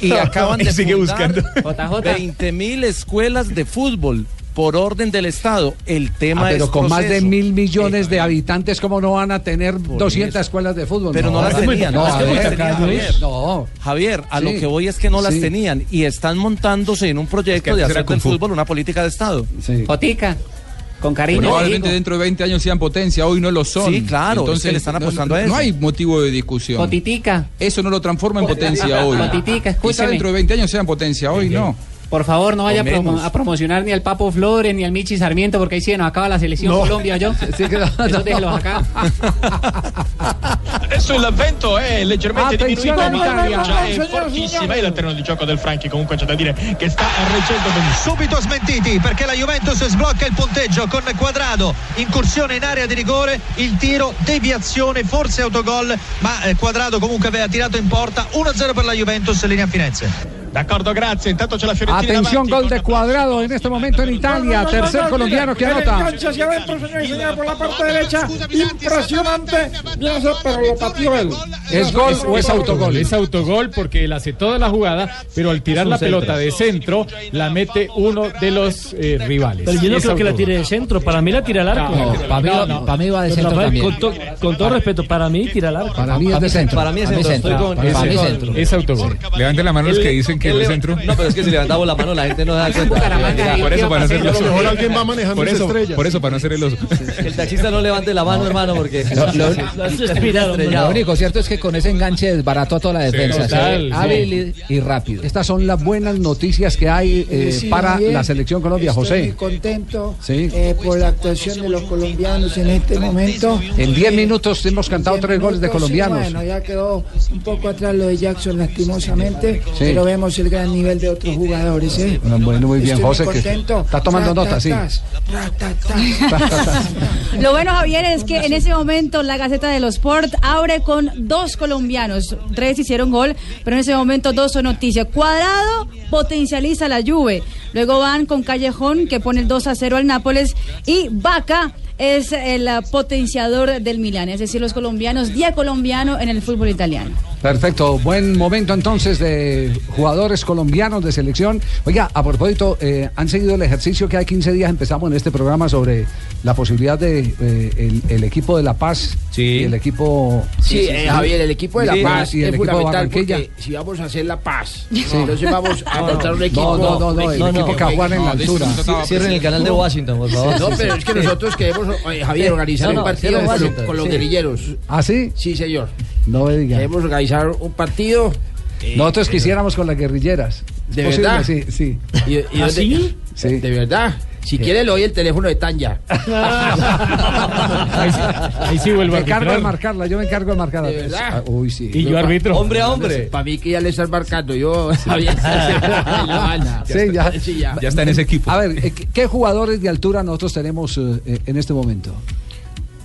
y No, acaban y de sigue fundar buscando. 20 mil escuelas de fútbol por orden del Estado. El tema Ah, pero es con más de proceso. mil millones de habitantes, ¿cómo no van a tener 200 escuelas de fútbol? Pero no, las tenían. No, no, a es que ver, las tenían, Javier. Javier, ¿eh? no. Javier, a lo Sí, que voy es que no las sí. tenían y están montándose en un proyecto de antes hacer era del Kung Fu. fútbol una política de Estado. Jotica, con Probablemente dentro de 20 años sean potencia, hoy no lo son. Sí, claro, es que le están no- apostando a no eso. hay motivo de discusión. Cotitica. Eso no lo transforma en potencia hoy. Cotitica, Quizá escúcheme. dentro de 20 años sean potencia, hoy no. Por favor, no vaya a, O menos. promo- a promocionar ni al Papo Flores ni al Michi Sarmiento, porque ahí sí se nos acaba la selección No. Colombia, yo. Eso déjelos acá. Adesso l'avvento è leggermente diminuito, Attenzione, ma attenzione, già è signori, fortissima signori. e l'interno di gioco del Franchi comunque c'è da dire che sta reggendo benissimo. Subito smentiti perché la Juventus sblocca il punteggio con Quadrado, incursione in area di rigore, il tiro, deviazione, forse autogol, ma eh, Quadrado comunque aveva tirato in porta 1-0 per la Juventus, linea Firenze. D'accordo, grazie. Intanto c'è la Fiorentina Atención, gol de cuadrado en este momento en Italia. Tercer colombiano que anota. Engancha hacia adentro, señor y señora, por la parte derecha. Impresionante. Yo no sé, pero lo pateó él. ¿Es gol o es autogol? Es autogol porque él hace toda la jugada, pero al tirar Es un la centro. pelota de centro, la mete uno de los eh, rivales. Pero yo no Es creo que la autogol. tire de centro, para mí la tira al arco. No, para mí- para mí va de centro Rafael, también. Con, to- con todo respeto, para mí tira al arco. Para mí es de centro. Para mí es centro. Estoy con- mí es- centro. Es autogol. Levanten la mano los que dicen que Él es le- centro. No, pero es que si levantamos la mano la gente no da cuenta. Por eso, para no ser A lo los mejor alguien va manejando Por esa eso, estrella. por eso, para no ser el oso. El taxista no levante la mano, hermano, porque Lo, lo- lo estrellado. único cierto es que con ese enganche desbarató a toda la defensa. Sí, se total, ve sí. hábil y, y rápido. Estas son las buenas noticias que hay eh, Sí, para Javier, la selección Colombia, estoy José. muy contento Sí. eh, por la actuación de los colombianos en este momento. En 10 minutos hemos cantado tres goles de Entonces, colombianos. Bueno, ya quedó un poco atrás lo de Jackson, lastimosamente, Sí. pero vemos el gran nivel de otros jugadores. ¿eh? Bueno, muy bien, Estoy José. que contento. está tomando Ta, ta, nota, sí. ta. Lo bueno, Javier, es que en ese momento la Gaceta de los Sport abre con dos colombianos. Tres hicieron gol, pero en ese momento dos son noticias. Cuadrado potencializa la Juve. Luego van con Callejón, que pone el 2 a 0 al Nápoles. Y Vaca es el eh, potenciador del Milán. Es decir, los colombianos, día colombiano en el fútbol italiano. Perfecto, buen momento entonces de jugadores colombianos de selección. Oiga, a propósito, eh, han seguido el ejercicio que hay 15 días empezamos en este programa sobre la posibilidad de eh, el, el equipo de La Paz y el equipo... Sí, eh, Javier, el equipo de La Sí, Paz y el es equipo de fundamental Barranquilla. porque si vamos a hacer La Paz, Sí. entonces vamos a No, montar un no, equipo. no, no, no, el equipo que juega en la de- altura. no, Cierren el canal de Washington, por favor. No, pero es que nosotros queremos, eh, Javier, organizar Sí. un partido Sí. con, Washington, con los sí. guerrilleros. ¿Ah, sí? Sí, señor. No me diga. Queremos organizar un partido. eh, Nosotros eh, quisiéramos con las guerrilleras. ¿Es ¿De posible? verdad? Sí, sí. Y, y ¿Ah, dónde- sí? De verdad. Si quiere le doy el teléfono de Tanya. Ahí sí Me encargo de marcarla, yo me encargo de marcarla. Ah, Uy, sí. Pa- Hombre a hombre. Para mí que ya le estás marcando. Yo, Javier, en La Habana. Sí, ya. Ya está en ese equipo. A ver, eh, ¿qué qué jugadores de altura nosotros tenemos eh, eh, en este momento?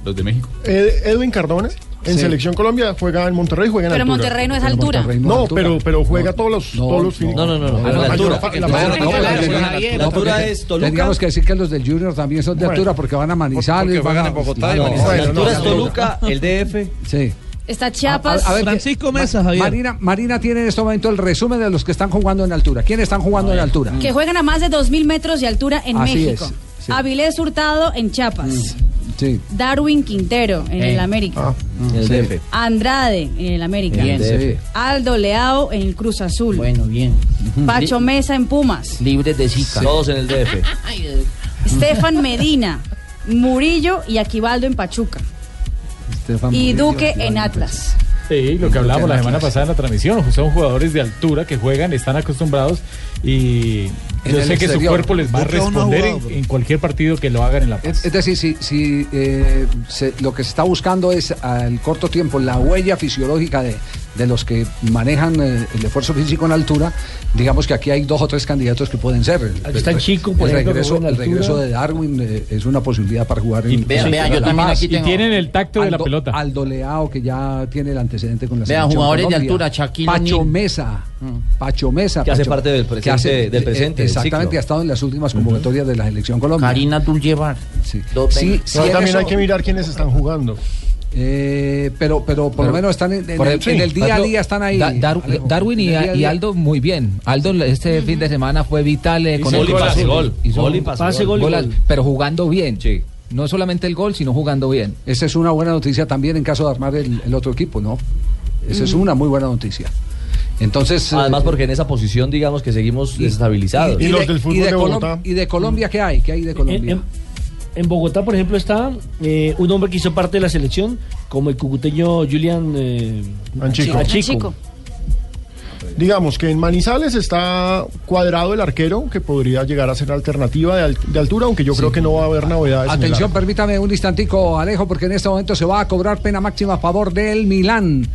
Los de México. Ed- Edwin Cardona en Sí. Selección Colombia juega en Monterrey, juega en Pero altura. Monterrey no es Pero altura. Monterrey no es No, altura. pero, pero juega todos los, todos los fines. No, no, no, no. La altura. La mayor- No, la mayor- porque- no, la porque altura te- es Toluca. Tendríamos que decir que los del Junior también son de Bueno, altura porque van a Manizales. porque juegan en Bogotá y Manizales. La altura es Toluca, el DF. Sí. Está Chiapas. Francisco Mesa, Javier. Marina, Marina tiene en este momento el resumen de los que están jugando en altura. ¿Quiénes están jugando en altura? que juegan a más de 2.000 metros de altura en Así México. es, sí. Avilés Hurtado en Chiapas. Sí. Darwin Quintero en Eh. el América. Sí. Andrade en el América. Bien, sí. Aldo Leao en el Cruz Azul. Bueno, bien. Pacho Mesa en Pumas. Libres de Zika. Todos en el DF. Estefan Medina, Murillo y Aquivaldo en Pachuca. Y Duque eh, en Atlas. Sí, lo que hablábamos la semana pasada en la transmisión, son jugadores de altura que juegan, están acostumbrados y En yo el sé que su exterior. cuerpo les va a Busca una responder jugada, en, en cualquier partido que lo hagan en la paz. Es, es decir, si, si eh, se- lo que se está buscando es al corto tiempo la huella fisiológica de, de los que manejan eh, el esfuerzo físico en altura, digamos que aquí hay dos o tres candidatos que pueden ser. El- Aquí está el- Chico, el por ejemplo, que regreso- juega en el regreso altura. de Darwin eh, es una posibilidad para jugar en vean, en vean, yo altura. también aquí tengo- Aldo- Aldo Leao, que ya tiene el antecedente con la Vean, selección jugadores de Colombia. altura, Shaquille Mm. Pacho O'Neal. Mesa. Pacho Mesa. Que hace Pacho- parte del presente- que hace- eh, del presente, del Exactamente, ciclo. ha estado en las últimas convocatorias de la selección Colombia. Karina Duljevar. Sí. sí, sí, Pero también eso- hay que mirar quiénes están jugando. eh, pero, pero por lo menos están en, en Por el- ejemplo, en el sí, día a Pablo, día, están ahí. Da- Dar- Alejo. Darwin y, En el día a y día. Aldo muy bien. Aldo este fin de semana fue vital eh, Hizo con gol y el pase, gol. Gol y pase, pase, gol. gol, Gol, al- pero jugando bien. No solamente el gol, sino jugando bien. Esa es una buena noticia también en caso de armar el, el otro equipo, ¿no? Esa es Mm. una muy buena noticia. Entonces. Además, eh, porque en esa posición, digamos que seguimos desestabilizados. y de- y de Colom- ¿Y de Colombia qué hay? ¿Qué hay de Colombia? En, en Bogotá, por ejemplo, está eh, un hombre que hizo parte de la selección, como el cucuteño Julian eh, Anchico. Anchico. Digamos que en Manizales está cuadrado el arquero, que podría llegar a ser alternativa de, al- de altura, aunque yo creo que no va a haber novedades. en el Atención, permítame un instantico, Alejo, porque en este momento se va a cobrar pena máxima a favor del Milán.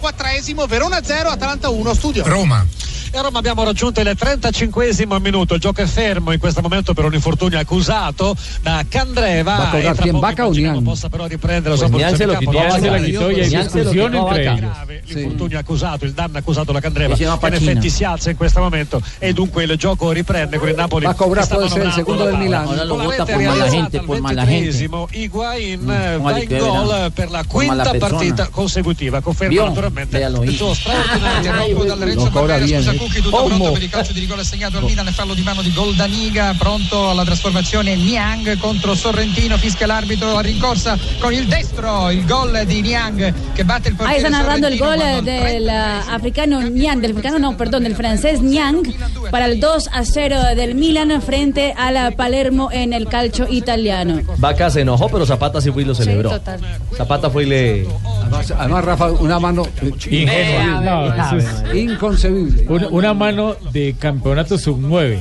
Quattresimo, Verona 0, Atalanta 1, studio. Roma. E a Roma abbiamo raggiunto il 35 minuto. Il gioco è fermo in questo momento per un infortunio accusato da Candreva. Va a E cobrar tra quién, poco Vaca o Nian. possa però riprendere la sua Pues Nian posizione se lo in campo. quitó a Nian se Vaca. lo quitó Nian e se hai lo quitó a discussione Vaca. entre ellos. Grave, L'infortunio accusato, il danno accusato da Candreva. E si chiama che In Pacina. effetti si alza in questo momento e dunque il gioco riprende con il Napoli. Va a cobrare che sta poi se- il manovando secondo la del palla. Milan. Ora lo Con la vota rete con mala realizzata gente, al con mala gente. 23esimo, Higuain eh, con va Ali in Quevedo. gol per la Con mala quinta persona. partita consecutiva. Conferma Vio? naturalmente Véalo, il hijo. suo Ah, straordinario colpo dal Lo Renzo cobra Barrera. bien, Scusa eh. Cucchi, tutto Olmo. pronto per il calcio di rigore segnato al Milan. Fallo di mano di Goldaniga, pronto alla trasformazione Niang contro Sorrentino. Fischia l'arbitro a rincorsa con il destro. Il gol di Niang che batte il Ahí portiere está Ah, narrando el Sorrentino gol quando eh, al del ah, africano Niang, del africano no, perdón, del francés Niang para el 2 a 0 del Milan frente a la Palermo en el calcio italiano. Vaca se enojó, pero Zapata sí fue y lo celebró. Sí, total. Zapata fue y le. Además, además, Rafa, una mano Ingenua. No, eso es- inconcebible. Un- una mano de campeonato sub-9.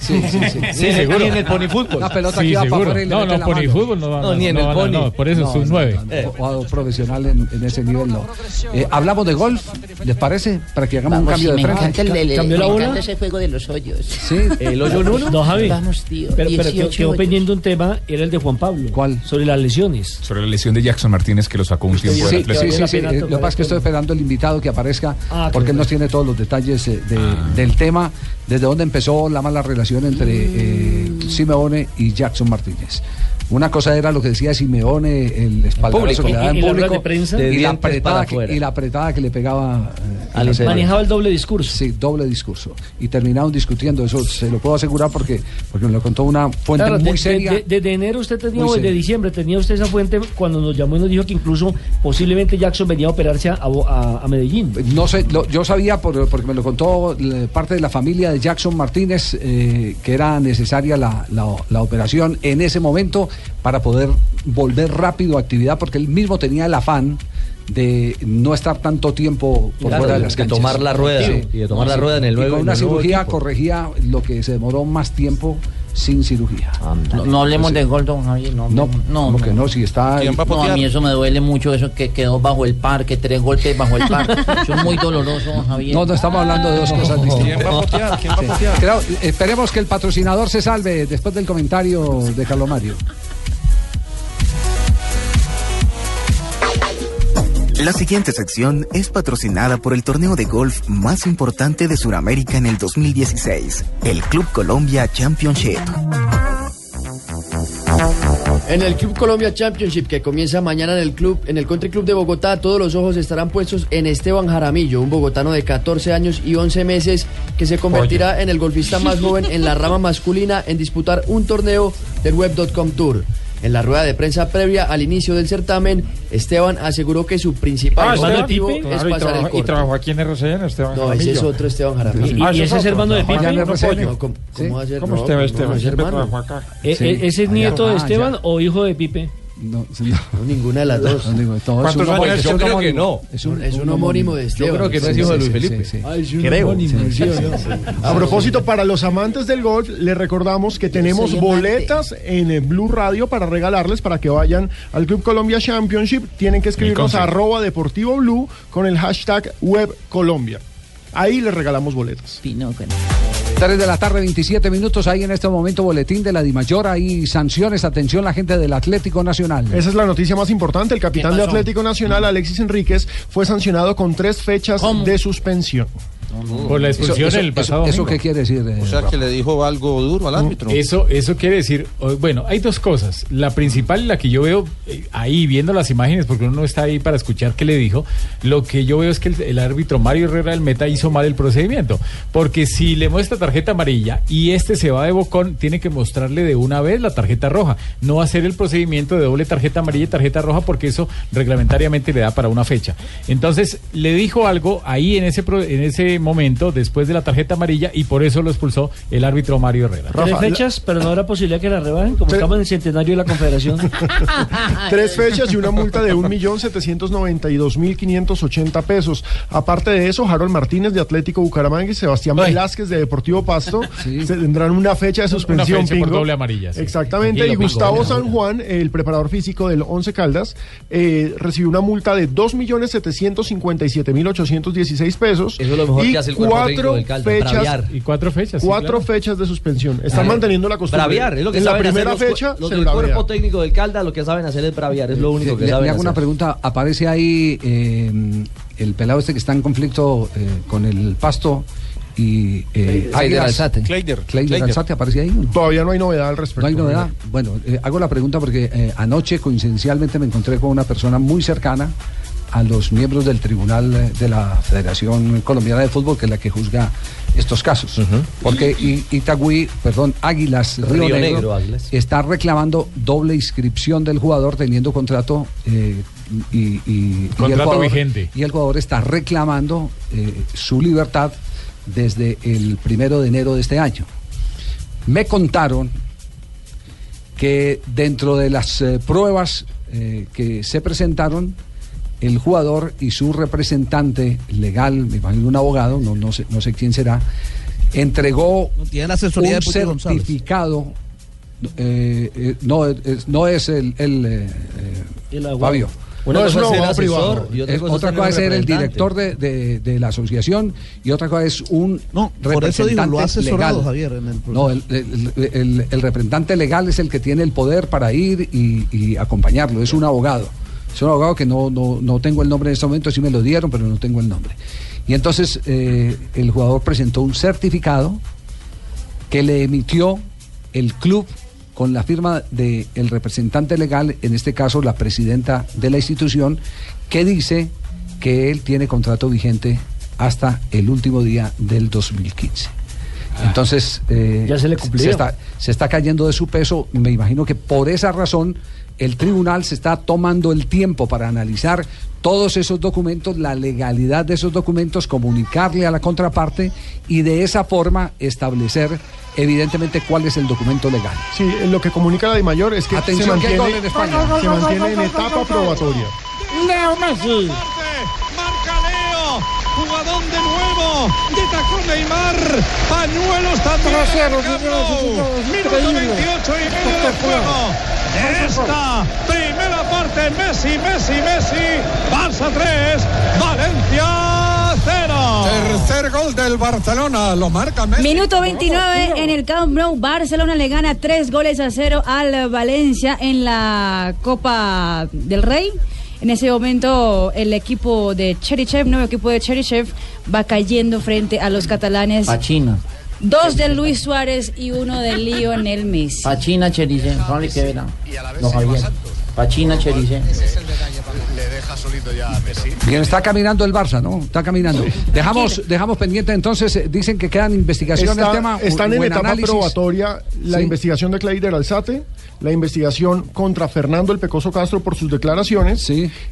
Sí, sí, sí. Sí, seguro. Ni en el ponifútbol. La pelota que iba para afuera y le No, mete no, la ponifútbol no mano. va No, no, no, no, por eso No, no, sub-9. no, no, Eh, Jugador profesional en, en ese nivel no. Eh, hablamos de golf, ¿les parece? Para que hagamos Vamos, un sí, cambio de me frente. encanta el, el- ¿Cambió me la encanta bola? ese juego de los hoyos. Sí. El hoyo en uno. No, Javi. Vamos, tío, Pero, pero quedó, 18 quedó hoyos. pendiente un tema, era el de Juan Pablo. ¿Cuál? Sobre las lesiones. Sobre la lesión de Jackson Martínez que lo sacó un tiempo del Sí, Atlético. sí, sí, sí. Eh, Lo que pasa es que estoy esperando el invitado que aparezca Ah, porque claro. él nos tiene todos los detalles eh, de- Ah. del tema, desde dónde empezó la mala relación entre eh, Simeone y Jackson Martínez. Una cosa era lo que decía Simeone, el espaldarazo público. que le daba Y- en y la rueda público de prensa. De y, la dientes para apretada que, afuera. y la apretada que le pegaba eh, Al interior. Manejaba el doble discurso. Sí, doble discurso. Y terminaron discutiendo, eso se lo puedo asegurar porque, porque me lo contó una fuente Claro, muy de- de- seria. de- desde enero usted tenía, Muy o seria. desde diciembre tenía usted esa fuente cuando nos llamó y nos dijo que incluso posiblemente Jackson venía a operarse a, a- a Medellín. No sé, lo- yo sabía por- porque me lo contó eh, parte de la familia de Jackson Martínez eh, que era necesaria la, la- la operación en ese momento para poder volver rápido a actividad porque él mismo tenía el afán de no estar tanto tiempo por Claro, fuera de de- las de canchas. tomar la rueda, y de tomar la rueda en el Y nuevo- con en una el nuevo cirugía equipo. corregía lo que se demoró más tiempo sin cirugía. No, no hablemos Entonces, de gol, don Javier. No, No, no, como que no, si está... No, a mí eso me duele mucho, eso que quedó bajo el parque, tres golpes bajo el parque. Eso es muy doloroso, don Javier. No, no estamos hablando de dos cosas distintas. Sí. Claro, esperemos que el patrocinador se salve después del comentario de Carlos Mario. La siguiente sección es patrocinada por el torneo de golf más importante de Sudamérica en el 2016, el Club Colombia Championship. En el Club Colombia Championship que comienza mañana en el club, en el Country Club de Bogotá, todos los ojos estarán puestos en Esteban Jaramillo, un bogotano de 14 años y 11 meses que se convertirá en el golfista más joven en la rama masculina en disputar un torneo del Web.com Tour. En la rueda de prensa previa al inicio del certamen, Esteban aseguró que su principal Ah, Esteban objetivo Tipe. es Claro, y, pasar el trabajó, y corte. trabajó aquí en RCN, Esteban No, ese es Jaramillo. otro Esteban Jaramillo. Ah, otro, trabajó Esteban allá en RCN. No, ¿Cómo, cómo va a ser? ¿Cómo No, Esteban, no, Esteban? es Siempre hermano. trabajó acá. Eh, eh, ¿Ese es nieto de Esteban o hijo de Pipe? No, no. Ninguna de las dos. ¿Cuántos años? Yo creo que no. Es un, es un homónimo de Esteban. creo que no es hijo de Luis Felipe. Ay, es un Creo. homónimo, Sí, sí, sí, ¿no? A propósito, para los amantes del golf, les recordamos que tenemos boletas en eh, Blue Radio para regalarles para que vayan al Club Colombia Championship. Tienen que escribirnos a concert. arroba deportivo blue con el hashtag web Colombia. Ahí les regalamos boletas. 3 de la tarde, 27 minutos. Hay en este momento boletín de la Dimayor. Hay sanciones. Atención, la gente del Atlético Nacional. Esa es la noticia más importante. El capitán de pasó? Atlético Nacional, Alexis Enríquez, fue sancionado con tres fechas de suspensión. Por la expulsión Eso- el eso- pasado ¿Eso, domingo. qué quiere decir? eh, O sea, que le dijo algo duro al árbitro. Eso, eso quiere decir, o- bueno, hay dos cosas. La principal, la que yo veo eh, ahí viendo las imágenes, porque uno no está ahí para escuchar qué le dijo, lo que yo veo es que el, el árbitro Mario Herrera del Meta hizo mal el procedimiento. Porque si le muestra tarjeta amarilla y este se va de bocón, tiene que mostrarle de una vez la tarjeta roja. No hacer el procedimiento de doble tarjeta amarilla y tarjeta roja, porque eso reglamentariamente le da para una fecha. Entonces, le dijo algo ahí en ese, pro- en ese momento, después de la tarjeta amarilla, y por eso lo expulsó el árbitro Mario Herrera. Tres fechas, pero no habrá posibilidad que la rebajen, como estamos en el centenario de la Confederación. Tres fechas y una multa de 1.792.580 pesos. Aparte de eso, Harold Martínez de Atlético Bucaramanga y Sebastián Velázquez de Deportivo Pasto se tendrán una fecha de suspensión. fecha por Pingo. doble amarilla, sí. Exactamente. Tranquilo, y Pingo, Gustavo doble San Juan, el preparador físico del Once Caldas, eh, recibió una multa de 2.757.816 pesos. Eso es lo mejor que hace el cuerpo técnico del Caldas, fechas, braviar. Y cuatro fechas. cuatro fechas de suspensión. Están Claro. manteniendo la costumbre. Braviar, es lo que en la saben hacer primera los cu- fecha Los se del bravea. cuerpo técnico del Calda lo que saben hacer es braviar, es lo único que le, saben le hago una hacer. pregunta. Aparece ahí eh, el pelado este que está en conflicto eh, con el pasto y eh, Cleider Águilas. Alzate. Cleider. Cleider. Alzate aparece ahí. Todavía no hay novedad al respecto. No hay novedad. Bueno, eh, hago la pregunta porque eh, anoche coincidencialmente me encontré con una persona muy cercana a los miembros del Tribunal eh, de la Federación Colombiana de Fútbol, que es la que juzga estos casos. Porque I- Itagüí, perdón, Águilas Río, Río Negro, Negro, Águilas. está reclamando doble inscripción del jugador teniendo contrato eh, y, y- y el Contrato jugador- vigente. Y el jugador está reclamando eh, su libertad desde el primero de enero de este año. Me contaron que dentro de las eh, pruebas eh, que se presentaron, el jugador y su representante legal, me imagino un abogado, no, no sé, no sé quién será, entregó tiene la asesoría de un Pucho González. certificado. eh, eh, no, es, no es el, el, eh, eh, Fabio. Una No, es cosa un es ser abogado asesor privado. y otra Es- cosa es otra tener cosa es un ser el representante. director de, de- de la asociación y otra cosa es un Por eso digo, lo ha asesorado legal. Javier en el No, el, el- el- el representante legal es el que tiene el poder para ir y, y acompañarlo, es un abogado. Es un abogado que no, no, no tengo el nombre en este momento, sí me lo dieron, pero no tengo el nombre. Y entonces eh, el jugador presentó un certificado que le emitió el club con la firma del el representante legal, en este caso la presidenta de la institución, que dice que él tiene contrato vigente hasta el último día del 2015. Entonces, eh, Ah. Ya se le cumplió. está, se está cayendo de su peso. Me imagino que por esa razón el tribunal se está tomando el tiempo para analizar todos esos documentos, la legalidad de esos documentos, comunicarle a la contraparte y de esa forma establecer evidentemente cuál es el documento legal. Sí, lo que comunica la de mayor es que se Atención, que hay mantiene, gol en España. se mantiene en etapa probatoria. Leo Messi. Marca Leo. Jugadón de nuevo. De tacón Neymar. Pañuelos también. Trasero, en el Camp señoras y Nou. señores, Minuto increíble. 28 y medio de juego. De esta primera parte, Messi, Messi, Messi. Barça 3, Valencia 0. Tercer gol del Barcelona, lo marca Messi. Minuto 29 en el Camp Nou. Barcelona le gana tres goles a cero al Valencia en la Copa del Rey. En ese momento el equipo de Cherichev, nuevo equipo de Cherichev, va cayendo frente a los catalanes. Pachina. Dos de Luis Suárez y uno de Lionel Messi. Pachina, Cheriche. No le queda. No, Javier. Pachina, Cheriche. Le deja solito ya a Messi. Bien, está caminando el Barça, ¿no? Está caminando. Dejamos, dejamos pendiente entonces, eh, dicen que quedan investigaciones Está- del tema. están en buen etapa análisis. probatoria la Sí. investigación de Clayder Alzate, la investigación contra Fernando el Pecoso Castro por sus declaraciones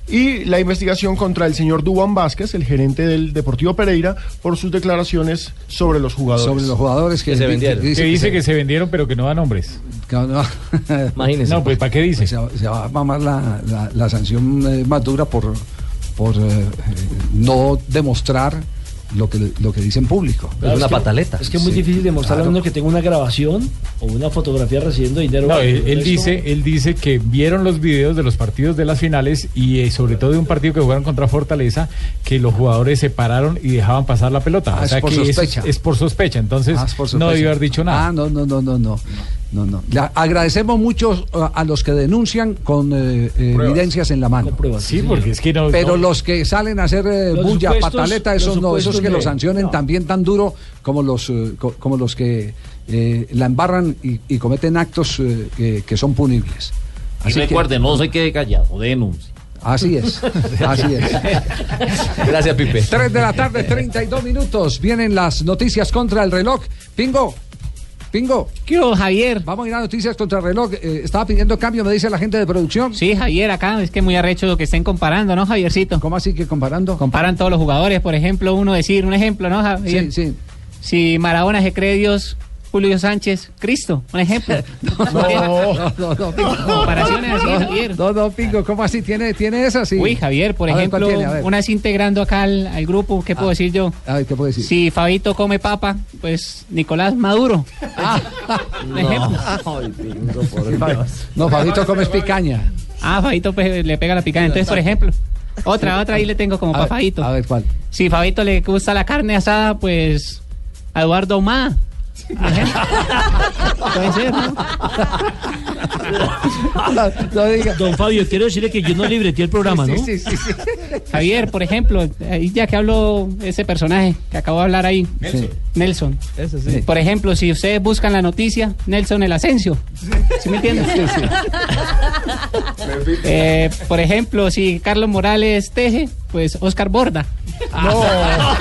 y la investigación contra el señor Dubán Vázquez, el gerente del Deportivo Pereira, por sus declaraciones sobre los jugadores. Sobre los jugadores que, Que dice que se vendieron, pero que no da nombres. No, no. Imagínese. No, pues ¿para qué dice? Se, va- se va a mamar la, la- la sanción eh, más dura por, por eh, eh, no demostrar lo que, lo que dice en público. Claro, que- Es que es muy Sí, difícil demostrarle a claro. uno que tenga una grabación o una fotografía recibiendo dinero. No, él, Esto- él dice, él dice que vieron los videos de los partidos de las finales y eh, sobre todo de un partido que jugaron contra Fortaleza, que los jugadores se pararon y dejaban pasar la pelota. Ah, o es sea por que es- sospecha. Es, por sospecha, entonces Ah, es por no sospecha. debió haber dicho nada. Ah, no, no, no, no, no. No, no. Le agradecemos mucho uh, a los que denuncian con eh, eh, Pruebas. evidencias en la mano. Sí, porque es que no. Pero no- los que salen a hacer eh, Los bulla, supuestos- pataleta, los esos no, esos supuestos que de- los sancionen también tan duro como los, eh, co- como los que eh, la embarran y, y cometen actos eh, que, que son punibles. Y Así que- recuerde, no se quede callado, denuncie. Así es, así es. Gracias, Pipe. 3 de la tarde, 32 minutos. Vienen las noticias contra el reloj. Pingo. Pingo. ¿Qué Javier? Vamos a ir a noticias contra el reloj. Eh, estaba pidiendo cambio, me dice la gente de producción. Sí, Javier, acá es que muy arrecho lo que estén comparando, ¿no, Javiercito? ¿Cómo así que comparando? Comparan todos los jugadores, por ejemplo, uno decir, un ejemplo, ¿no, Javier? Sí, sí. Si Maradona se cree Dios, Julio Sánchez, Cristo, un ejemplo. No, no, no, no, Pingo. Comparaciones así, No, Javier. No, no, Pingo, ¿cómo así? ¿Tiene, tiene esas? Sí. Uy, Javier, por A ver, ¿cuál ejemplo, tiene? A ver. Ah, una vez integrando acá al, al grupo, ¿qué puedo decir yo? A ver, ¿qué puedo decir? Si Fabito come papa, pues Nicolás Maduro. Ah. un ejemplo. No, Fabito comes picaña. Ah, Fabito pues, le pega la picada. Entonces, por ejemplo, otra, otra ahí le tengo como A para ver, Fabito. A ver, ¿cuál? Si Fabito le gusta la carne asada, pues a Eduardo Humada. Puede ser, ¿no? Don Fabio, quiero decirle que yo no libreté el programa, ¿no? Javier, por ejemplo, ahí ya que habló ese personaje que acabo de hablar ahí. Nelson. Nelson. Por ejemplo, si ustedes buscan la noticia, Nelson el Asensio. ¿Sí me entiendes? Eh, por ejemplo, si Carlos Morales teje, pues Oscar Borda. Ah.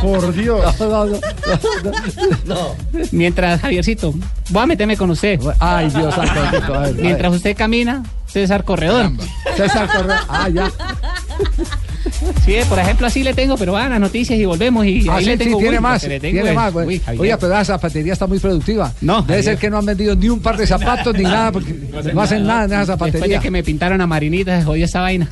Por Dios. Mientras, Javiercito, voy a meterme con usted. Ay, Dios santo, a ver, a ver. Mientras usted camina, César Corredor. César Corredor. Ah, ya. Sí, por ejemplo, así le tengo, pero van las noticias y volvemos. Y Ah, ahí sí, le sí, tengo tiene Wilma, más. que le tengo Tiene es- más. güey. Uy, Javier. Oye, pero la zapatería está muy productiva. No. Debe ser Javier. que no han vendido ni un par de zapatos ni nada, porque no hacen, nada en esa Después zapatería. Ah, de que me pintaron a Marinita, se jodió esa vaina.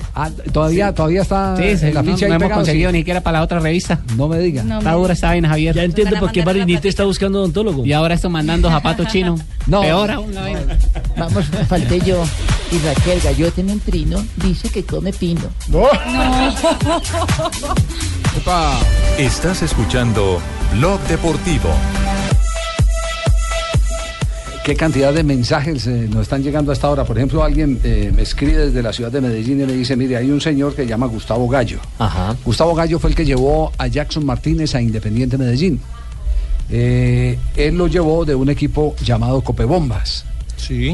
Todavía, todavía está Sí, se- en la Eh, no- ficha no, ahí hemos pegado, sí. conseguido ni siquiera para la otra revista. No me diga. No Está me dura diga. esa vaina, Javier. Ya entiendo por qué Marinita está buscando odontólogo. Y ahora estoy mandando zapatos chinos. No. Peor aún la vaina. Vamos, falté yo. Y Raquel Gallote Mentrino dice que come pino. No. Estás escuchando Blog Deportivo. ¿Qué cantidad de mensajes eh, nos están llegando hasta ahora? Por ejemplo, alguien eh, me escribe desde la ciudad de Medellín y me dice, mire, hay un señor que se llama Gustavo Gallo. Gustavo Gallo fue el que llevó a Jackson Martínez a Independiente Medellín. Eh, él lo llevó de un equipo llamado Copebombas.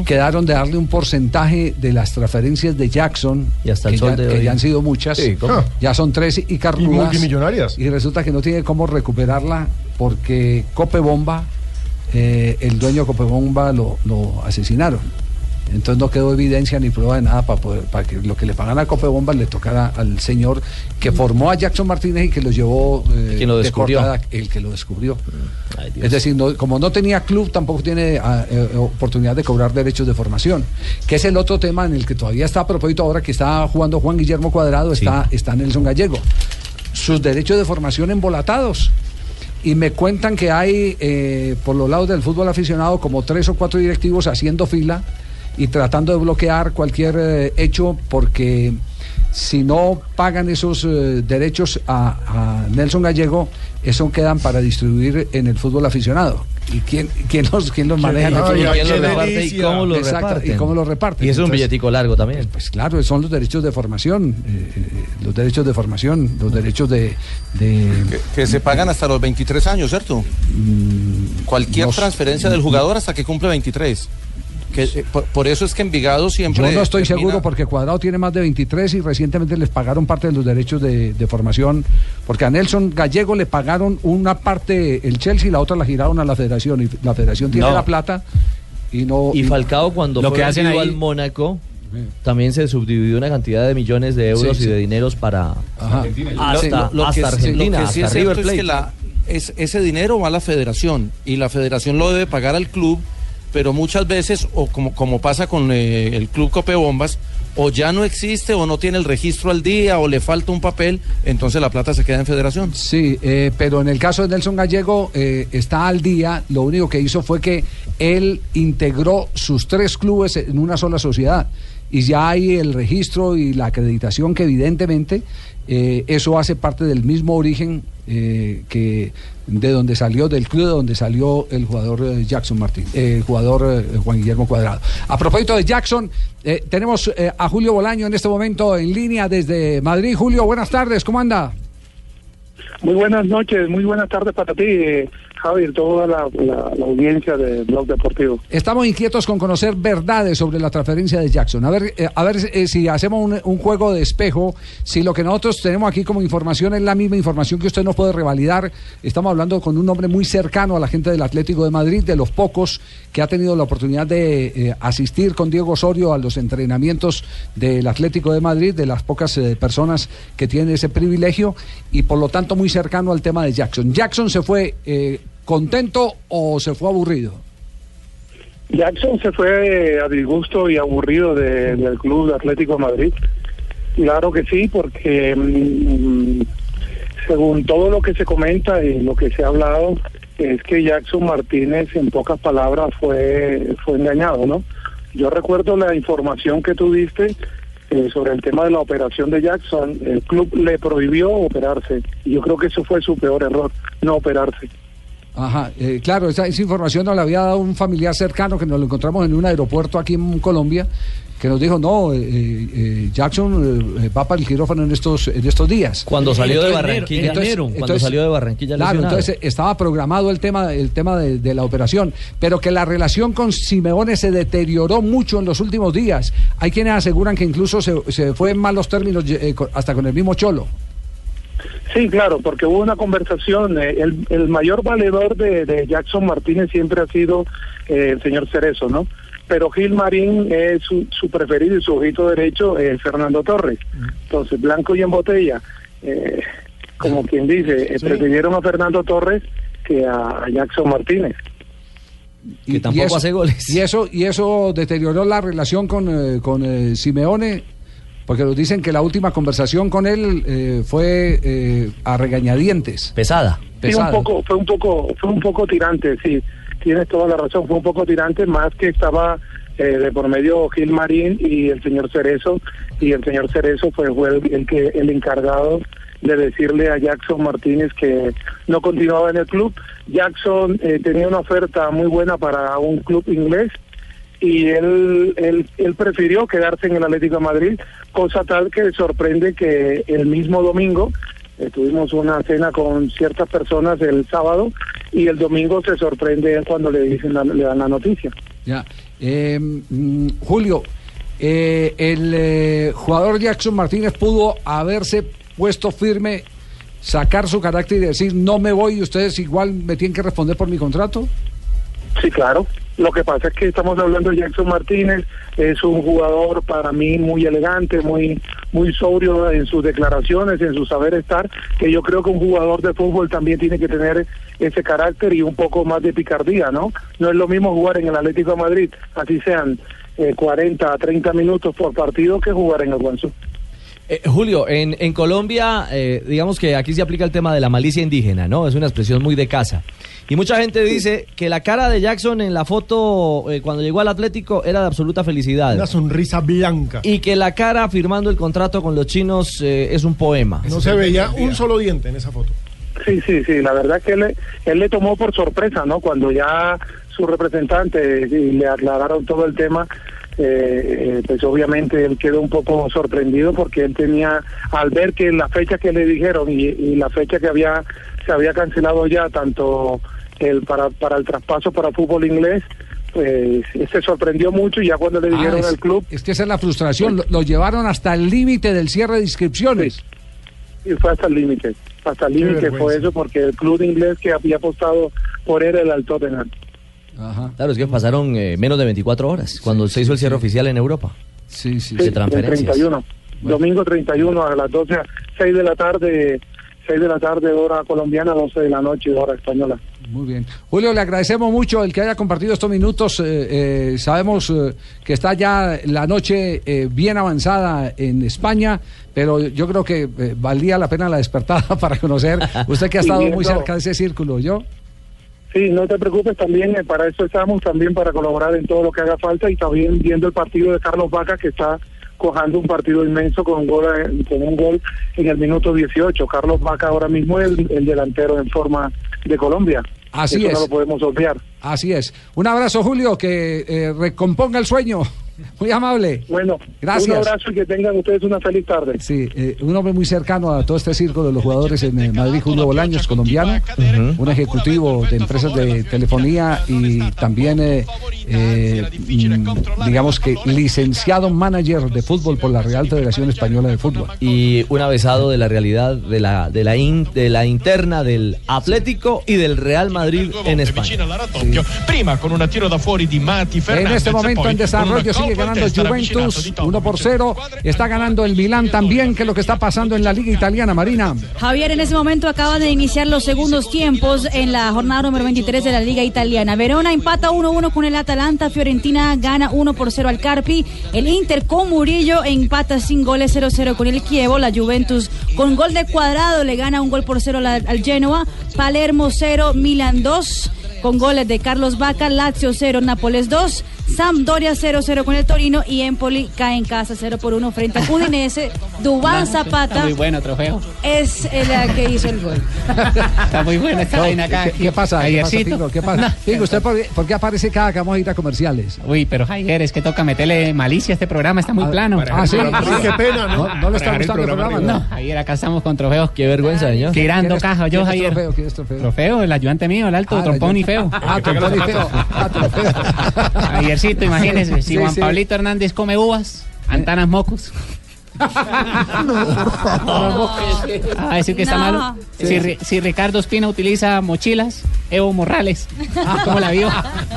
Quedaron de darle un porcentaje de las transferencias de Jackson, Y hasta el que, sol ya, de que hoy. ya han sido muchas. Sí, ¿cómo? Ya son tres y carrudas. multimillonarias. Y resulta que no tiene cómo recuperarla porque Copebomba, eh, el dueño de Copebomba lo, lo asesinaron. Entonces no quedó evidencia ni prueba de nada para, poder- para que lo que le pagara a Copebomba le tocara al señor que formó a Jackson Martínez y que lo llevó eh, Quien lo de descubrió. cortada, el que lo descubrió. es decir, no- como no tenía club, tampoco tiene ah, eh, oportunidad de cobrar derechos de formación, que es el otro tema en el que todavía está a propósito ahora que está jugando Juan Guillermo Cuadrado, está, está Nelson Gallego. Sus derechos de formación embolatados. Y me cuentan que hay eh, por los lados del fútbol aficionado como tres o cuatro directivos haciendo fila y tratando de bloquear cualquier eh, hecho porque si no pagan esos eh, derechos a, a Nelson Gallego, eso quedan para distribuir en el fútbol aficionado. ¿Y quién, quién los, quién los maneja? en Ay, el fútbol ay, ¿quién aficionado? los reparte y cómo los Exacto, reparten? ¿Y cómo los reparten? Y eso es un Entonces, billetico largo también. Pues claro, son los derechos de formación, eh, eh, los derechos de formación, los derechos de... de- Que se pagan hasta los 23 años, ¿cierto? Cualquier no sé. transferencia del jugador hasta que cumple 23. Que, eh, por, por eso es que Envigado Yo siempre. no estoy termina- seguro porque Cuadrado tiene más de 23 y recientemente les pagaron parte de los derechos de, de formación, porque a Nelson Gallego le pagaron una parte el Chelsea y la otra la giraron a la federación y la federación tiene No. la plata y no... Y Falcao cuando Lo fue que hacen vendido ahí- al Mónaco también se subdividió una cantidad de millones de euros Sí, y de sí. dineros para Ajá. Ah, hasta, lo que hasta sí- Argentina, lo que sí hasta es cierto River Plate. es que la- es- ese dinero va a la federación y la federación lo debe pagar al club, pero muchas veces, o como, como pasa con eh, el Club Copebombas, o ya no existe, o no tiene el registro al día, o le falta un papel, entonces la plata se queda en federación. Sí, eh, pero en el caso de Nelson Gallego eh, está al día. Lo único que hizo fue que él integró sus tres clubes en una sola sociedad. Y ya hay el registro y la acreditación que evidentemente eh, eso hace parte del mismo origen eh, que de donde salió, del club de donde salió el jugador eh, Jackson Martín, eh, el jugador eh, Juan Guillermo Cuadrado. A propósito de Jackson, eh, tenemos eh, a Julio Bolaño en este momento en línea desde Madrid. Julio, buenas tardes, ¿cómo anda? Muy buenas noches, muy buenas tardes para ti, eh, Javier, toda la, la- la audiencia de Blog Deportivo. Estamos inquietos con conocer verdades sobre la transferencia de Jackson. A ver, eh, a ver eh, si hacemos un, un juego de espejo, si lo que nosotros tenemos aquí como información es la misma información que usted nos puede revalidar. Estamos hablando con un hombre muy cercano a la gente del Atlético de Madrid, de los pocos que ha tenido la oportunidad de eh, asistir con Diego Osorio a los entrenamientos del Atlético de Madrid, de las pocas eh, personas que tienen ese privilegio y por lo tanto muy cercano al tema de Jackson. ¿Jackson se fue eh, contento o se fue aburrido? Jackson se fue eh, a disgusto y aburrido de- del Club Atlético de Madrid. Claro que sí, porque mm, según todo lo que se comenta y lo que se ha hablado, es que Jackson Martínez, en pocas palabras, fue, fue engañado, ¿no? Yo recuerdo la información que tú diste eh, sobre el tema de la operación de Jackson. El club le prohibió operarse. Y yo creo que eso fue su peor error, no operarse. Ajá, eh, claro, esa, esa información nos la había dado un familiar cercano que nos lo encontramos en un aeropuerto aquí en Colombia, que nos dijo, no, eh, eh, Jackson eh, va para el quirófano en estos, en estos días. Cuando salió de Barranquilla. enero, cuando salió de Barranquilla Claro, lesionado. entonces eh, estaba programado el tema, el tema de, de la operación, pero que la relación con Simeone se deterioró mucho en los últimos días. Hay quienes aseguran que incluso se, se fue en malos términos eh, con- hasta con el mismo Cholo. Sí, claro, porque hubo una conversación. eh, El, el mayor valedor de, de Jackson Martínez siempre ha sido eh, el señor Cerezo, ¿no? Pero Gil Marín es su, su preferido y su ojito derecho es Fernando Torres. Entonces, blanco y en botella. eh, como quien dice, eh, prefirieron a Fernando Torres que a Jackson Martínez. que tampoco hace goles. Y eso, y eso deterioró la relación con, eh, con eh, Simeone, porque nos dicen que la última conversación con él eh, fue eh, a regañadientes. Pesada. Sí, un poco, fue un poco, fue un poco tirante, sí, tienes toda la razón, fue un poco tirante, más que estaba eh, de por medio Gil Marín y el señor Cerezo, y el señor Cerezo pues, fue el, el que el encargado de decirle a Jackson Martínez que no continuaba en el club. Jackson eh, tenía una oferta muy buena para un club inglés y él, él, él prefirió quedarse en el Atlético de Madrid, cosa tal que sorprende que el mismo domingo eh, tuvimos una cena con ciertas personas el sábado y el domingo se sorprende él cuando le dicen la- le dan la noticia. Ya. Eh, mm, Julio, eh, el eh, jugador Jackson Martínez pudo haberse puesto firme, sacar su carácter y decir no me voy y ustedes igual me tienen que responder por mi contrato. Sí, claro. Lo que pasa es que estamos hablando de Jackson Martínez, es un jugador para mí muy elegante, muy muy sobrio en sus declaraciones, en su saber estar, que yo creo que un jugador de fútbol también tiene que tener ese carácter y un poco más de picardía, ¿no? No es lo mismo jugar en el Atlético de Madrid, así sean eh, 40 a 30 minutos por partido, que jugar en el Guangzhou. Eh, Julio, en, en Colombia, eh, digamos que aquí se aplica el tema de la malicia indígena, ¿no? Es una expresión muy de casa. Y mucha gente dice que la cara de Jackson en la foto eh, cuando llegó al Atlético era de absoluta felicidad. Una sonrisa blanca. Y que la cara firmando el contrato con los chinos eh, es un poema. No se veía un solo diente en esa foto. Sí, sí, sí, la verdad que él, él le tomó por sorpresa, ¿no? Cuando ya su representante eh, y le aclararon todo el tema, eh, eh, pues obviamente él quedó un poco sorprendido porque él tenía, al ver que la fecha que le dijeron y, y la fecha que había se había cancelado ya tanto el para, para el traspaso para fútbol inglés, pues se sorprendió mucho y ya cuando le dijeron Ah, es, al club es que esa es la frustración. Lo, lo llevaron hasta el límite del cierre de inscripciones. y fue hasta el límite, hasta el Qué límite fue vergüenza. eso porque el club inglés que había apostado por él era el Tottenham. Claro, es que pasaron eh, menos de 24 horas cuando se hizo el cierre oficial en Europa. Sí, sí, Sí, el 31. Domingo 31 a las 12, a 6 de la tarde 6 de la tarde, hora colombiana, 12 de la noche, hora española. Muy bien. Julio, le agradecemos mucho el que haya compartido estos minutos. Eh, eh, sabemos eh, que está ya la noche eh, bien avanzada en España, pero yo creo que eh, valía la pena la despertada para conocer. Usted que ha Y estado muy viendo- cerca de ese círculo, ¿yo? Sí, no te preocupes, también eh, para eso estamos, también para colaborar en todo lo que haga falta y también viendo el partido de Carlos Vaca que está cojando un partido inmenso con, un gol, eh, con un gol en el minuto 18. Carlos Vaca ahora mismo es el, el delantero en forma de Colombia. Así Eso es. no lo podemos obviar. Así es. Un abrazo, Julio, que eh, recomponga el sueño. Muy amable. Bueno, Gracias. un abrazo y que tengan ustedes una feliz tarde. Sí, eh, un hombre muy cercano a todo este círculo de los jugadores en eh, Madrid, Julio Bolaños, colombiano, un ejecutivo de empresas de telefonía y también, eh, eh, mm, digamos que licenciado manager de fútbol por la Real Federación Española de Fútbol. Y un avesado de la realidad de la, de la, in- de la interna del Atlético y del Real Madrid en España. Prima con una tiro da fuori di Mati En Fernandez. este momento poi con en una desarrollo sigue colpa al ganando testa ravvicinato di Juventus 1 por 0. Está ganando el Milán también, que es lo que está pasando en la Liga Italiana, Marina. Javier, en ese momento acaban de iniciar los segundos tiempos en la jornada número 23 de la Liga Italiana. Verona empata 1-1 con el Atalanta, Fiorentina gana 1 por 0 al Carpi, el Inter con Murillo empata sin goles 0-0 con el Kievo, la Juventus con gol de cuadrado le gana un gol por 0 al Genoa, Palermo 0, Milan 2 con goles de Carlos Vaca, Lazio 0, Nápoles 2, Sampdoria 0-0 con el Torino y Empoli cae en casa 0 por 1 frente a Udinese, Dubán Zapata Muy bueno, trofeo. es el eh, que hizo el gol. Está muy buena esta No, vaina acá. ¿Qué, qué pasa? ¿Qué pasa, Javiercito. Pingo? ¿Qué pasa? Pingo, ¿usted por, por qué aparece cada que vamos a ir a comerciales? Uy, pero Javier, es que toca meterle malicia a este programa, está muy plano. Ah, sí. Qué pena, ¿no? No le está Para dejar gustando el programa, arriba. ¿no? No, Javier, acá estamos con trofeos. Qué vergüenza, señor. Tirando ¿Quién es- caja, quién yo, es Javier. trofeo? ¿Quién es trofeo? el ayudante mío, el alto, Ah, el trompón y feo. Ah, trompón y feo. Ah, trompeo. Javiercito, imagínese, si Sí, Juan sí. Pablito Hernández come uvas, Antanas mocos. A decir Ah, que No. está malo. Sí. Si, Ri- si Ricardo Espina utiliza mochilas, Evo Morrales. ¿Cómo la vio?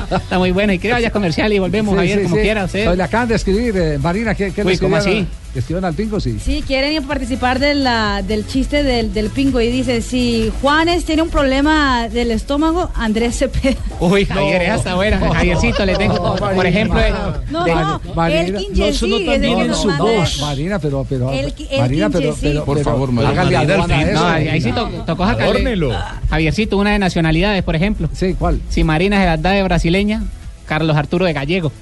Está muy buena. Y que vaya comercial y volvemos, Ah. Sí, Javier, sí, como sí. quiera. Usted. Pues le acaban de escribir, eh, Marina, ¿qué, qué Uy, le ¿cómo escribieron? así? ¿Le escribieron al pingo? Sí. Sí, quieren participar de la, del chiste del, del pingo y dice, si Juanes tiene un problema del estómago, Andrés se pega. Uy, Javier, esa está buena. Javiercito, le tengo. por ejemplo, eh, No, de- no, Elkin Yesí es el que nos manda el- Marina, pero, pero, Elkin- Marina, Elkin pero, Yesí. pero, Por pero- favor, hágale Marina, aduana del a fin. eso. No, ahí- ahí sí to- Ah. tocó sacarle- Adórnelo. Javiercito, una de nacionalidades, por ejemplo. Sí, ¿cuál? Si Marina se las da de brasileña, Carlos Arturo de gallego.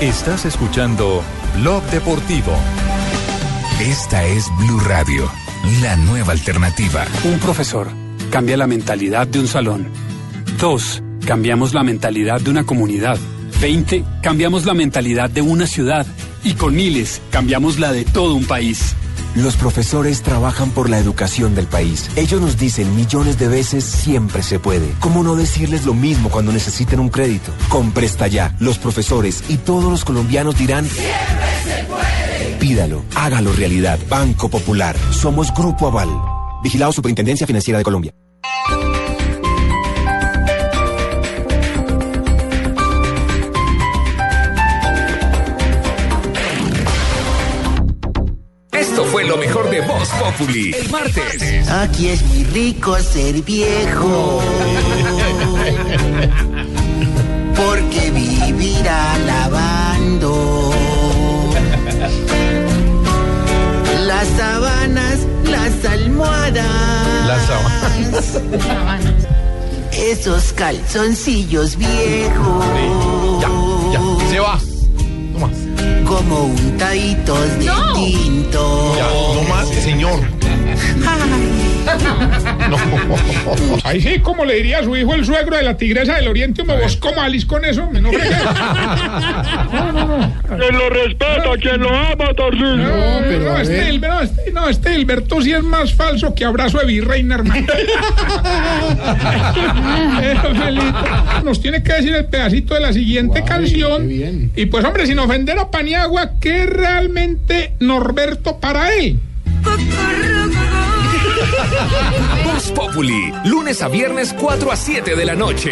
Estás escuchando Blog Deportivo. Esta es Blue Radio, la nueva alternativa. Un profesor cambia la mentalidad de un salón. Dos, cambiamos la mentalidad de una comunidad. Veinte, cambiamos la mentalidad de una ciudad. Y con miles, cambiamos la de todo un país. Los profesores trabajan por la educación del país. Ellos nos dicen millones de veces siempre se puede. ¿Cómo no decirles lo mismo cuando necesiten un crédito? Con Presta Ya, los profesores y todos los colombianos dirán siempre se puede. Pídalo, hágalo realidad. Banco Popular. Somos Grupo Aval. Vigilado Superintendencia Financiera de Colombia. Esto fue lo mejor de Voz Populi. El martes. Aquí es muy rico ser viejo. Porque vivir alabando. Las sábanas, las almohadas. Las ¿Ah, Esos calzoncillos viejos. Ya, se va. Como untaditos de tinto. Ya, no más, señor. Ahí sí, como le diría a su hijo el suegro de la tigresa del oriente, me vos como Alice con eso, me no fregues. No, no, no. Quien lo respeta, quien lo ama, Tarcillo. No, pero no, a ver. este, Hilber- no, este, no, este Hilberto sí es más falso que abrazo de virreina, hermano. Pero, Felito, nos tiene que decir el pedacito de la siguiente canción. Y pues, hombre, sin ofender a Paniagua, ¿qué es realmente Norberto para él? Voz Populi, lunes a viernes 4 a 7 de la noche.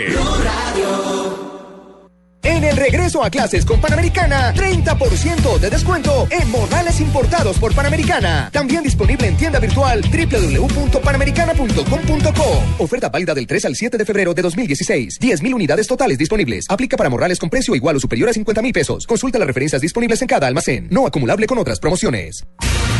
En el regreso a clases con Panamericana, 30% de descuento en morrales importados por Panamericana. También disponible en tienda virtual www.panamericana.com.co. Oferta válida del 3 al 7 de febrero de 2016. 10.000 unidades totales disponibles. Aplica para morrales con precio igual o superior a 50 mil pesos. Consulta las referencias disponibles en cada almacén. No acumulable con otras promociones.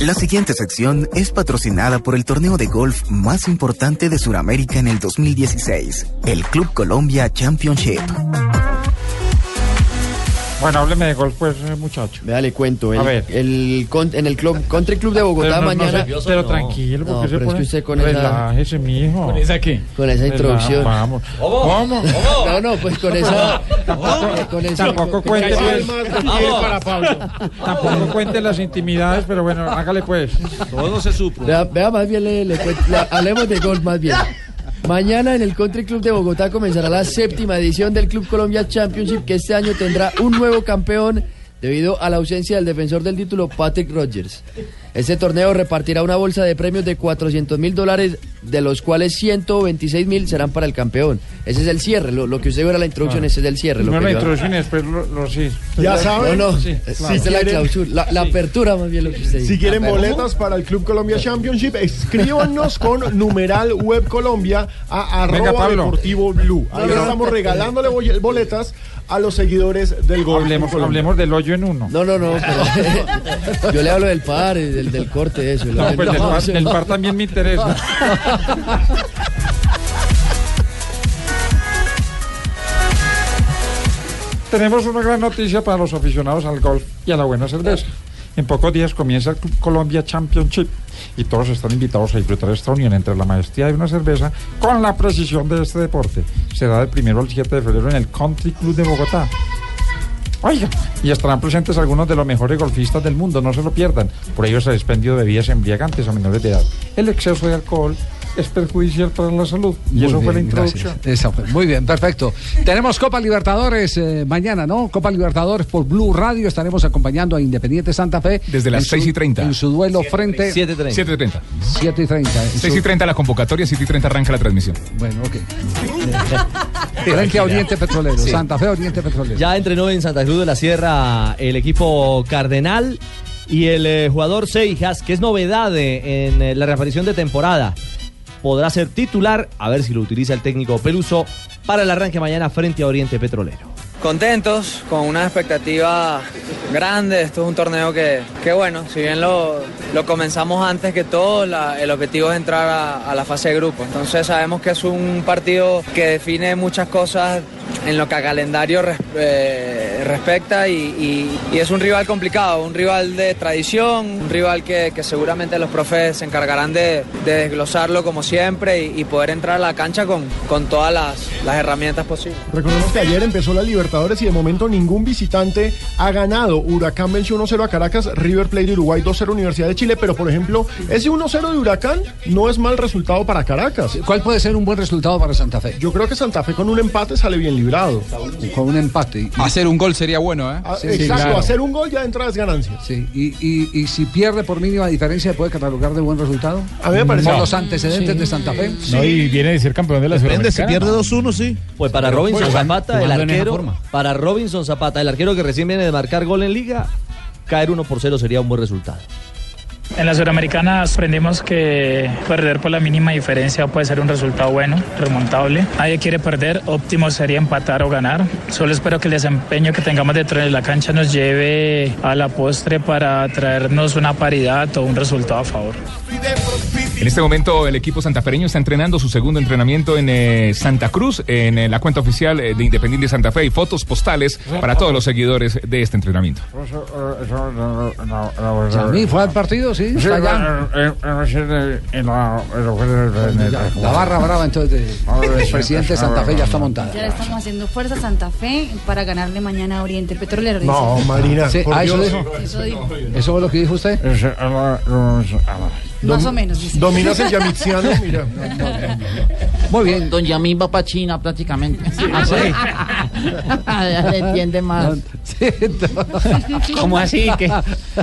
La siguiente sección es patrocinada por el torneo de golf más importante de Sudamérica en el 2016, el Club Colombia Championship. Bueno, hábleme de golf, pues, eh, muchacho. Vea, le cuento. El, A ver. el con- en el club, Country Club de Bogotá Pero no, no mañana. sé, pero tranquilo, No, porque se pero es pone. que usted con esa. Relájese, mijo. ¿Con esa qué? Con esa Relá- introducción. Pues Vamos. ¿Cómo? No, no, pues con esa. con esa- Tampoco con- cuente. con- pues. Tampoco Ah, pues cuente las intimidades, pero bueno, hágale pues. Todo se supo. Vea, vea, más bien, le, le cuento- le- hablemos de golf más bien. Mañana en el Country Club de Bogotá comenzará la séptima edición del Club Colombia Championship, que este año tendrá un nuevo campeón debido a la ausencia del defensor del título, Patrick Rogers. Este torneo repartirá una bolsa de premios de 400 mil dólares, de los cuales 126 mil serán para el campeón. Ese es el cierre, lo, lo que usted vio era la introducción, Ah. ese es el cierre. Lo Primero que la yo- introducción y después lo, lo- sí. No, No, no, Sí, esta claro. es la clausura, la, la apertura más bien lo que usted dice. Si quieren La apertura. boletas para el Club Colombia Championship, escríbanos con numeral web Colombia a Venga, arroba Pablo. deportivo blue. Ahí No, no. estamos regalándole bolle- boletas a los seguidores del gol. Hablemos, hablemos del hoyo en uno. No, no, no, pero yo le hablo del par, eh, del, del corte, eso. No, pues del par- del par también me interesa. Tenemos una gran noticia para los aficionados al golf y a la buena cerveza. En pocos días comienza el Club Colombia Championship y todos están invitados a disfrutar esta unión entre la maestría de una cerveza con la precisión de este deporte. Será del primero al 7 de febrero en el Country Club de Bogotá. Oiga, y estarán presentes algunos de los mejores golfistas del mundo, no se lo pierdan. Por ello se ha expendido de bebidas embriagantes a menores de edad. El exceso de alcohol es perjudicial para la salud. Y Muy eso fue la bien, gracias. introducción. Esa fue. Muy bien, perfecto. Tenemos Copa Libertadores eh, mañana, ¿no? Copa Libertadores por Blue Radio. Estaremos acompañando a Independiente Santa Fe. Desde las en 6 y 30. En su duelo frente. 7 7.30. 7 y 30. en 6 su- y 30 la convocatoria, 7 y 30 arranca la transmisión. Bueno, ok. Frente a Oriente Petrolero. Sí. Santa Fe, Oriente Petrolero. Ya entrenó en Santa Cruz de la Sierra el equipo Cardenal y el eh, jugador Seijas, que es novedad eh, en eh, la reaparición de temporada. Podrá ser titular, a ver si lo utiliza el técnico Peluso, para el arranque mañana frente a Oriente Petrolero. Contentos, con una expectativa grande. Esto es un torneo que, que bueno, si bien lo, lo comenzamos antes que todo, la- el objetivo es entrar a, a la fase de grupo. Entonces sabemos que es un partido que define muchas cosas en lo que a calendario res- eh, respecta y, y- y es un rival complicado, un rival de tradición, un rival que, que seguramente los profes se encargarán de, de desglosarlo como siempre y, y poder entrar a la cancha con, con todas las- las herramientas posibles. Recordemos que ayer empezó la Libertadores y de momento ningún visitante ha ganado. Huracán venció 1-0 a Caracas, River Plate de Uruguay 2-0 Universidad de Chile, pero por ejemplo, ese 1-0 de Huracán no es mal resultado para Caracas. ¿Cuál puede ser un buen resultado para Santa Fe? Yo creo que Santa Fe con un empate sale bien librado. Con un empate. Hacer un gol sería bueno, ¿eh? Ah, Exacto, hacer un gol ya entra las ganancias. Sí, y, y- y si pierde por mínima diferencia, ¿puede catalogar de buen resultado? A mí me parece- Por No. los antecedentes Sí. de Santa Fe. No, y viene de ser campeón de la Depende, Sudamericana. si pierde 2-1, sí. Pues para Pero Robinson juegan- Zapata, el jugando en esa arquero, forma. para Robinson Zapata, el arquero que recién viene de marcar gol en liga, caer 1 por 0 sería un buen resultado. En la Suramericana aprendimos que perder por la mínima diferencia puede ser un resultado bueno, remontable. Nadie quiere perder, óptimo sería empatar o ganar. Solo espero que el desempeño que tengamos dentro de la cancha nos lleve a la postre para traernos una paridad o un resultado a favor. En este momento el equipo santafereño está entrenando su segundo entrenamiento en eh, Santa Cruz, en eh, la cuenta oficial eh, de Independiente Santa Fe y fotos postales para todos los seguidores de este entrenamiento. Samir, ¿Fue al partido? Sí, está allá. La barra brava entonces de- el presidente de Santa Fe ya está montada. Ya le estamos haciendo fuerza a Santa Fe para ganarle mañana a Oriente Petrolero. dice. No, Marina, Sí, por ah, eso Dios. dijo. Eso dijo. ¿Eso es lo que dijo usted? ah, Más o menos. dice. dominas el yamixtiano, mira. Muy bien. Don Yamín va para China prácticamente. Así. Ah, ya se entiende más. ¿Cómo así? ¿Qué?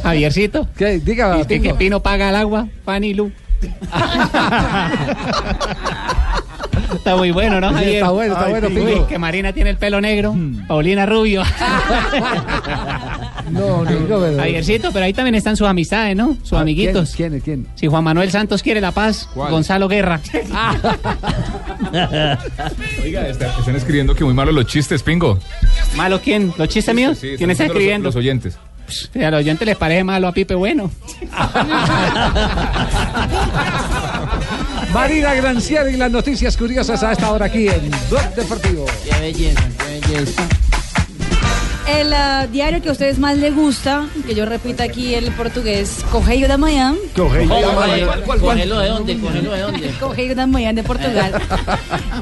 Javiercito. ¿Qué? Diga, ¿Y usted Pingo. que Pino paga el agua? Pan y luz. Está muy bueno, ¿no, Sí, Javier? está bueno, está Ay, bueno, Pingo. Hmm. Uy, que Marina tiene el pelo negro, Paulina rubio. No, no, no, pero- Javiercito, pero ahí también están sus amistades, ¿no? Sus Ah, amiguitos. ¿Quién, quién, quién? Si Juan Manuel Santos quiere la paz, ¿Cuál? Gonzalo Guerra. Oiga, este, está- están escribiendo que muy malos los chistes, Pingo. ¿Malo quién? ¿Los chistes míos? Sí, ¿Quién está haciendo los- escribiendo? Los, oyentes. Si a los oyentes les parece malo a Pipe Bueno. Marina Granciera y las noticias curiosas a esta hora aquí en Blog Deportivo. Ah, Qué belleza, qué belleza. El ah, diario que a ustedes más les gusta, que yo repito aquí el portugués, Correio da Manhã. Cógelo de dónde, cógelo de dónde. Correio da Manhã de Portugal.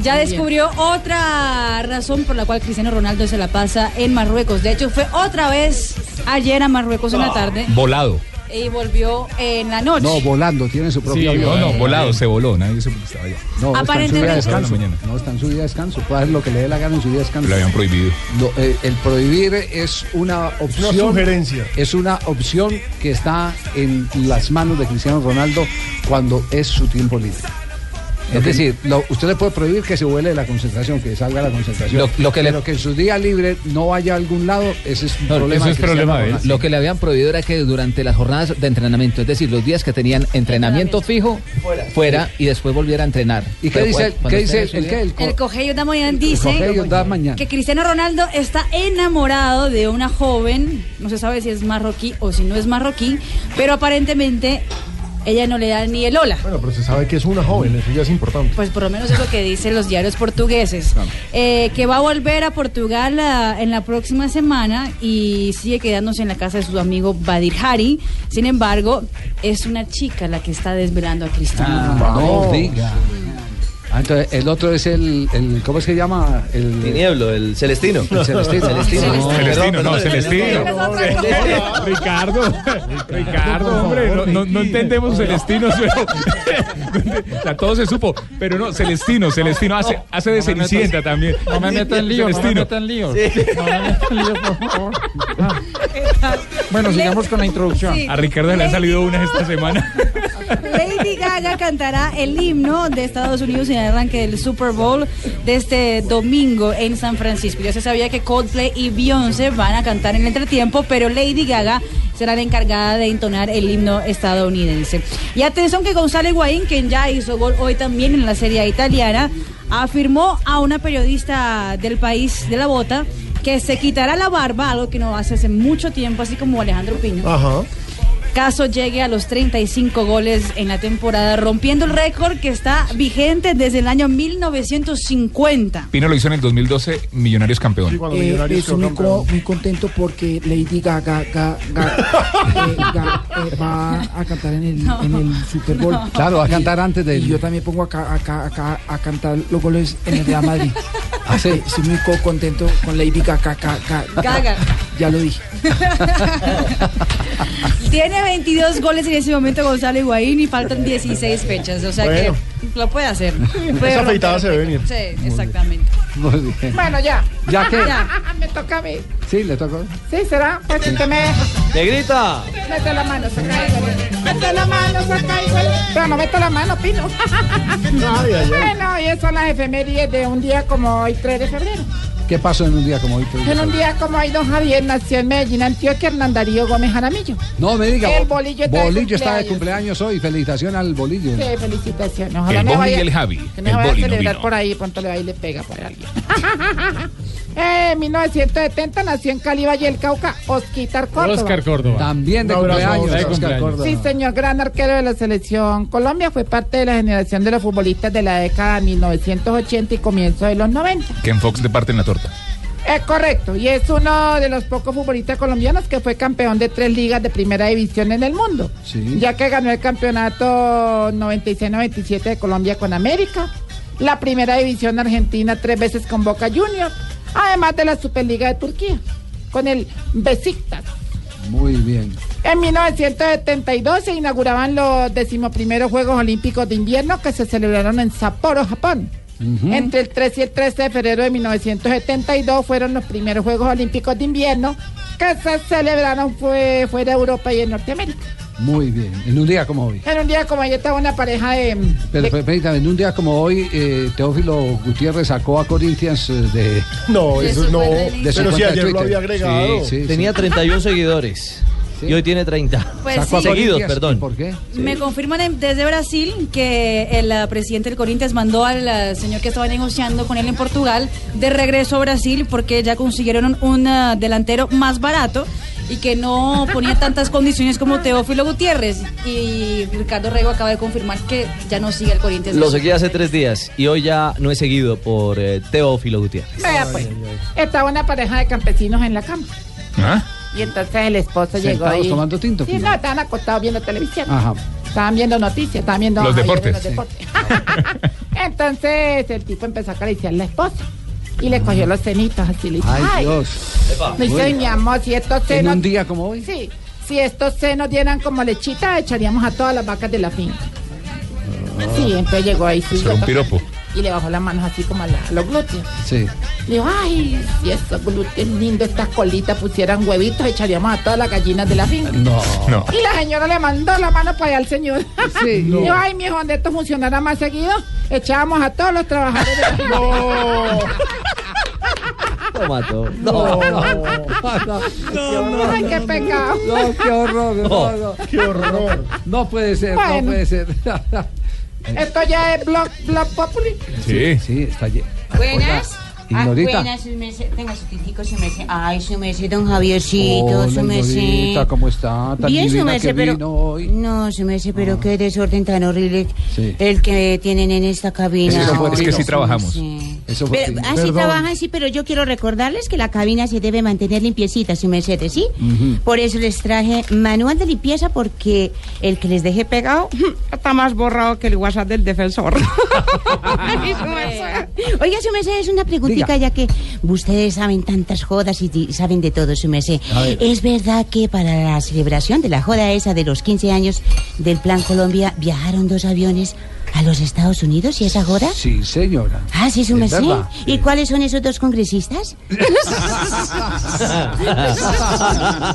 Ya descubrió otra razón por la cual Cristiano Ronaldo se la pasa en Marruecos. De hecho, fue otra vez ayer a Marruecos en la tarde Volado. y volvió en la noche. Ah, No, volando, tiene su propio Sí, avión. no, no, volado, se voló. Nadie supo que estaba allá. No, está en su día de Aparentemente- descanso. Hoy en la No, está en su día de descanso. Puede hacer lo que le dé la gana en su día de descanso. Lo habían prohibido. No, eh, el prohibir es una opción. sugerencia. Es una opción que está en las manos de Cristiano Ronaldo cuando es su tiempo libre. Es decir, lo- usted le puede prohibir que se vuele de la concentración, que salga de la concentración. Lo- lo que le- pero que en su día libre no vaya a algún lado, ese es un No, problema. eso es de Cristiano problema de él. Ronaldo. Lo que le habían prohibido era que durante las jornadas de entrenamiento, es decir, los días que tenían entrenamiento fijo, fuera, y después volviera a entrenar. ¿Y qué Pero dice cu- el- cuando qué esté dice en el- su el día- qué? El El Cogeio da Mañana dice Cogeio da Mañana. que Cristiano Ronaldo está enamorado de una joven, no se sabe si es marroquí o si no es marroquí, pero aparentemente ella no le da ni el hola. Bueno, pero se sabe que es una joven, eso ya es importante. Pues por lo menos es lo que dicen los diarios portugueses. Eh, que va a volver a Portugal ah, en la próxima semana y sigue quedándose en la casa de su amigo Badir Hari. Sin embargo, es una chica la que está desvelando a Cristiano. Ah, no diga. Ah, entonces, el otro es el, el- ¿cómo es que llama? El Tinieblo, el Celestino. El Celestino. Celestino. No, Celestino, no, Celestino. Ricardo, Ricardo, hombre, no, no- no entendemos Celestinos, pero o sea, todo se supo. Pero no, Celestino, Celestino hace, hace de Cenicienta también. No me meta en lío, no me meta en lío. No me meta en lío, por favor. Ah. Bueno, sigamos con la introducción. Sí. A Ricardo le han salido unas esta semana. Lady Gaga cantará el himno de Estados Unidos en el arranque del Super Bowl de este domingo en San Francisco. Ya se sabía que Coldplay y Beyoncé van a cantar en el entretiempo, pero Lady Gaga será la encargada de entonar el himno estadounidense. Y atención que Gonzalo Higuaín, quien ya hizo gol hoy también en la Serie A italiana, afirmó a una periodista del país de la bota que se quitará la barba, algo que no hace hace mucho tiempo, así como Alejandro Piña Ajá. caso llegue a los 35 goles en la temporada, rompiendo el récord que está vigente desde el año 1950. Pino lo hizo en el 2012, Millonarios campeón. Eh, estoy muy, co- muy contento porque Lady Gaga, Gaga- Gaga, eh, Gaga, eh, va a cantar en el, en el Super Bowl. No. Claro, va a cantar antes del- Y yo también pongo acá, acá, acá a cantar los goles en el Real Madrid. Eh, Ah, sí. Estoy muy co- contento con Lady Gaga, Gaga, Gaga. Ya lo dije. Tiene 22 goles en ese momento Gonzalo Higuaín y faltan 16 fechas, o sea Bueno. que lo puede hacer. Puede Esa afeitada romper se ve venir. récord. Sí, exactamente. Muy bien. Bueno, ya. ¿Ya qué? Me toca a mí. Sí, le tocó. Sí, será. Pues si te me deja. Negrita. Mete la mano, saca y huele. Mete la mano, saca y huele. Pero no mete la mano, Pino. Ay, ay, ay. Bueno, y esas son las efemérides de un día como hoy, 3 de febrero. ¿Qué pasó en un día como hoy? En un día como hoy, don Javier nació en Medellín, Antioquia, Hernán Darío Gómez Jaramillo. No me diga. El bolillo está de está de cumpleaños. cumpleaños hoy. Felicitación al bolillo. Sí, felicitaciones. Ojalá El Boni me y vaya, el Javi. Que no El me vaya a Boni no celebrar vino. por ahí, pronto le va y le pega por alguien. Eh, 1970 nació en Cali, Valle del Cauca, Osquitar Córdoba. Oscar Córdoba. También de Un abrazo, cumpleaños, Oscar Oscar Córdoba. Sí, señor, gran arquero de la selección Colombia. Fue parte de la generación de los futbolistas de la década de 1980 y comienzo de los 90. Ken Fox de parte en la torta. Es correcto, y es uno de los pocos futbolistas colombianos que fue campeón de tres ligas de primera división en el mundo, Sí. ya que ganó el campeonato 96-97 de Colombia con América, la primera división argentina tres veces con Boca Juniors, además de la Superliga de Turquía, con el Besiktas. Muy bien. En 1972 se inauguraban los decimoprimeros Juegos Olímpicos de Invierno que se celebraron en Sapporo, Japón. Entre el 3 y el 13 de febrero de 1972 fueron los primeros Juegos Olímpicos de Invierno que se celebraron fue, fuera de Europa y en Norteamérica. Muy bien. En un día como hoy. En un día como ayer estaba una pareja de... mm, Eh, Pero per- permítame, en un día como hoy, eh, Teófilo Gutiérrez sacó a Corinthians eh, de. No, de eso su no. cuenta Pero de su si cuenta de ayer lo Twitter. había agregado. Sí, sí, Tenía sí. 31 seguidores y hoy tiene 30. Pues Sacó a sí. Seguidos, Corinthians, perdón. ¿Por qué? Me confirman en- desde Brasil que el eh, presidente del Corinthians mandó al eh, señor que estaba negociando con él en Portugal de regreso a Brasil porque ya consiguieron un, un, eh, delantero más barato y que no ponía tantas condiciones como Teófilo Gutiérrez. Y Ricardo Rego acaba de confirmar que ya no sigue el Corinthians. Lo seguí hace tres días y hoy ya no es seguido por eh, Teófilo Gutiérrez. Vea, pues, estaba una pareja de campesinos en la cama. ¿Ah? Y entonces el esposo llegó Sentados y... tomando tinto. Sí, no, estaban acostados viendo televisión. Ajá. Estaban viendo noticias, estaban viendo Los ay, deportes. los deportes. Entonces el tipo empezó a acariciar a la esposa y le cogió los cenitos así. Le dice, Ay, ay, Dios. me dice, mi amor, si estos En senos... un día como hoy. Sí, si estos senos dieran como lechita, echaríamos a todas las vacas de la finca. Ah. Sí, entonces llegó ahí sí, Será un piropo. y le bajó las manos así como a, la- a los glúteos. Sí. Le digo, ay, si estos glúteos lindos, estas colitas pusieran huevitos, echaríamos a todas las gallinas de la finca. No. No. Y la señora le mandó la mano para allá al señor. Sí. Y yo, No. ay, mijo, donde esto funcionara más seguido, echábamos a todos los trabajadores. de la- Lo mató. No. ay, qué pecado. No, qué horror, no, no. Qué horror. No puede ser, no Bueno. puede ser. Esto ya es Blog, blog Populi. Sí, sí, está allí. Buenas. Ah, Ignorita. buenas, su merced. Tengo su tintico, su merced. Ay, su merced, don Javiercito, Hola, su merced. Ignorita, ¿cómo está? Tan Bien, su divina que merced, pero... vino hoy. Ah. No, su merced, pero qué desorden tan horrible Sí. el que tienen en esta cabina. Es que- Ay, es que sí su trabajamos. merced. Eso Pero, así trabajan, sí, pero yo quiero recordarles que la cabina se debe mantener limpiecita, su merced, ¿sí? Por eso les traje manual de limpieza, porque el que les dejé pegado está más borrado que el WhatsApp del defensor. Ay, su merced. Oiga, su merced, es una preguntita, ya que ustedes saben tantas jodas y, di- saben de todo, su merced. A ver. ¿Es verdad que para la celebración de la joda esa de los 15 años del Plan Colombia viajaron dos aviones a los Estados Unidos y esa joda? Sí, señora. Ah, sí, su Es merced. verdad. ¿Y cuáles son esos dos congresistas?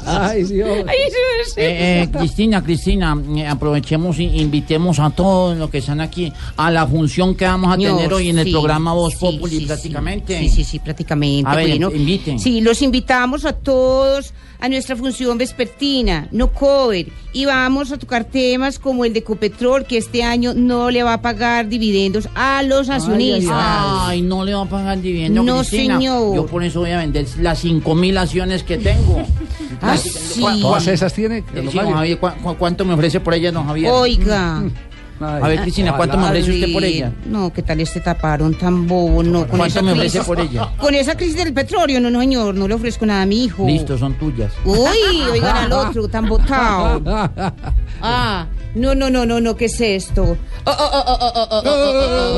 Ay, Dios. Eh, eh, Cristina, Cristina, eh, aprovechemos y invitemos a todos los que están aquí a la función que vamos a No, tener hoy en el sí, programa Voz sí, Populi, sí, prácticamente. Sí, sí, sí, prácticamente. A ver, bueno. inviten. Sí, los invitamos a todos a nuestra función vespertina, no cover, y vamos a tocar temas como el de Copetrol, que este año no le va a pagar dividendos a los ay, accionistas. ay, no le va a pagar dividendo, No, Cristina. señor. Yo por eso voy a vender las cinco mil acciones que tengo. Ah, ¿Cuá- sí. cuá- ¿Todas esas tiene? Sí, don Javier, ¿cuá- cuá- ¿Cuánto me ofrece por ella, don Javier? Oiga. Mm. Ah, A ver, Cristina, ¿cuánto me ofrece usted por ella? No, ¿qué tal este taparon tan bobo? No, con ¿Cuánto esa me crisis- ofrece por ella? Con esa crisis del petróleo, no, no, señor, no le ofrezco nada a mi hijo. Listo, son tuyas. Uy, oigan al otro, tan botado. Ah, no, no, no, no, no, ¿qué es esto? Oh, oh, oh, oh, oh, oh, oh, oh, oh, oh,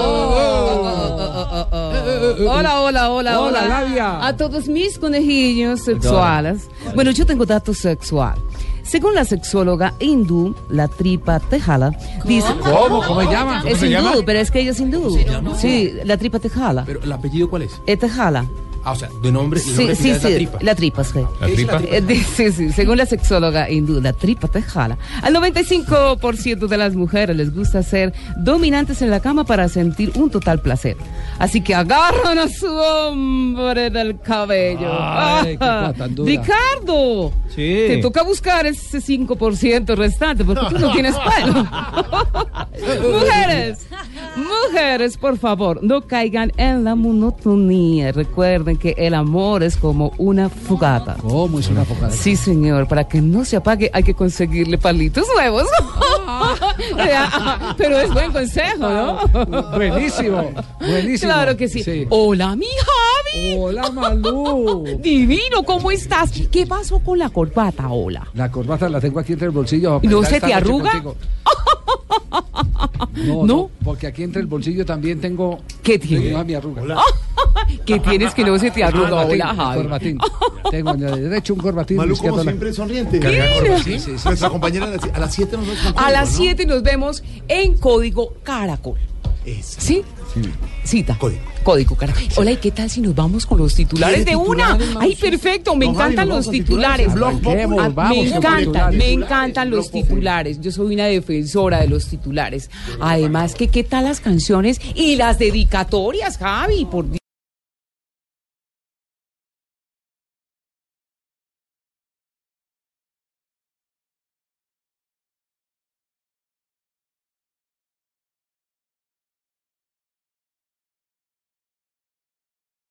oh, oh, oh, oh, oh, oh. Hola, hola, hola, Hola, hola. Flavia. A todos mis conejillos sexuales. Bueno, yo tengo datos sexual. Según la sexóloga hindú, la tripa tejala dice. ¿Cómo? ¿Cómo se llama? ¿Cómo Es se llama? hindú, pero es que ella es hindú. Sí, la tripa tejala. Pero el apellido cuál es? Eh, tejala. Ah, o sea, de nombre, el Sí, nombre sí, final es la sí, tripa. la tripa, sí. ¿La tripa? Eh, di- Sí, sí, según la sexóloga hindú, la tripa te jala. Al 95% de las mujeres les gusta ser dominantes en la cama para sentir un total placer. Así que agarran a su hombre del cabello. Ay, qué Ah, cosa tan dura. ¡Ricardo! Sí. Te toca buscar ese 5% restante porque tú no tienes pelo. Mujeres, Mujeres, por favor, no caigan en la monotonía. Recuerden que el amor es como una fogata. ¿Cómo es una fogata? Sí, señor. Para que no se apague, hay que conseguirle palitos nuevos. Ah, Pero es buen consejo, ¿no? Buenísimo, buenísimo. Claro que sí. Sí. Hola, mi Javi. Hola, Malú. Divino, ¿cómo estás? ¿Qué pasó con la corbata? Hola. La corbata la tengo aquí entre el bolsillo. ¿No Está se esta te noche arruga? contigo. No, no, porque aquí entre el bolsillo también tengo. ¿Qué tiene? Ah, Tengo a mi arruga. Ah, ¿Qué tienes que no se te arruga? Corbatín, Hola, Javi. corbatín. Tengo en la derecha un corbatín. Malú, en la izquierda como la- siempre, sonriente. Carga Mira. corbatín. Sí, sí, sí. Nuestra compañera de la- a las 7 nos vemos con A Código, las ¿no? 7 nos vemos en Código Caracol. ¿Sí? Cita. Código. Código Caracol. Hola, ¿y qué tal si nos vamos con los titulares ¿Quiere de una? titulares, Ay, Mauricio? perfecto, me No, Javi, encantan nos los vamos con titulares. titulares. Blog Populi. Ah, Vamos Me con encantan, titulares. me Blog encantan los titulares. Yo soy una defensora de los titulares. Además, que qué tal las canciones y las dedicatorias, Javi, por Dios.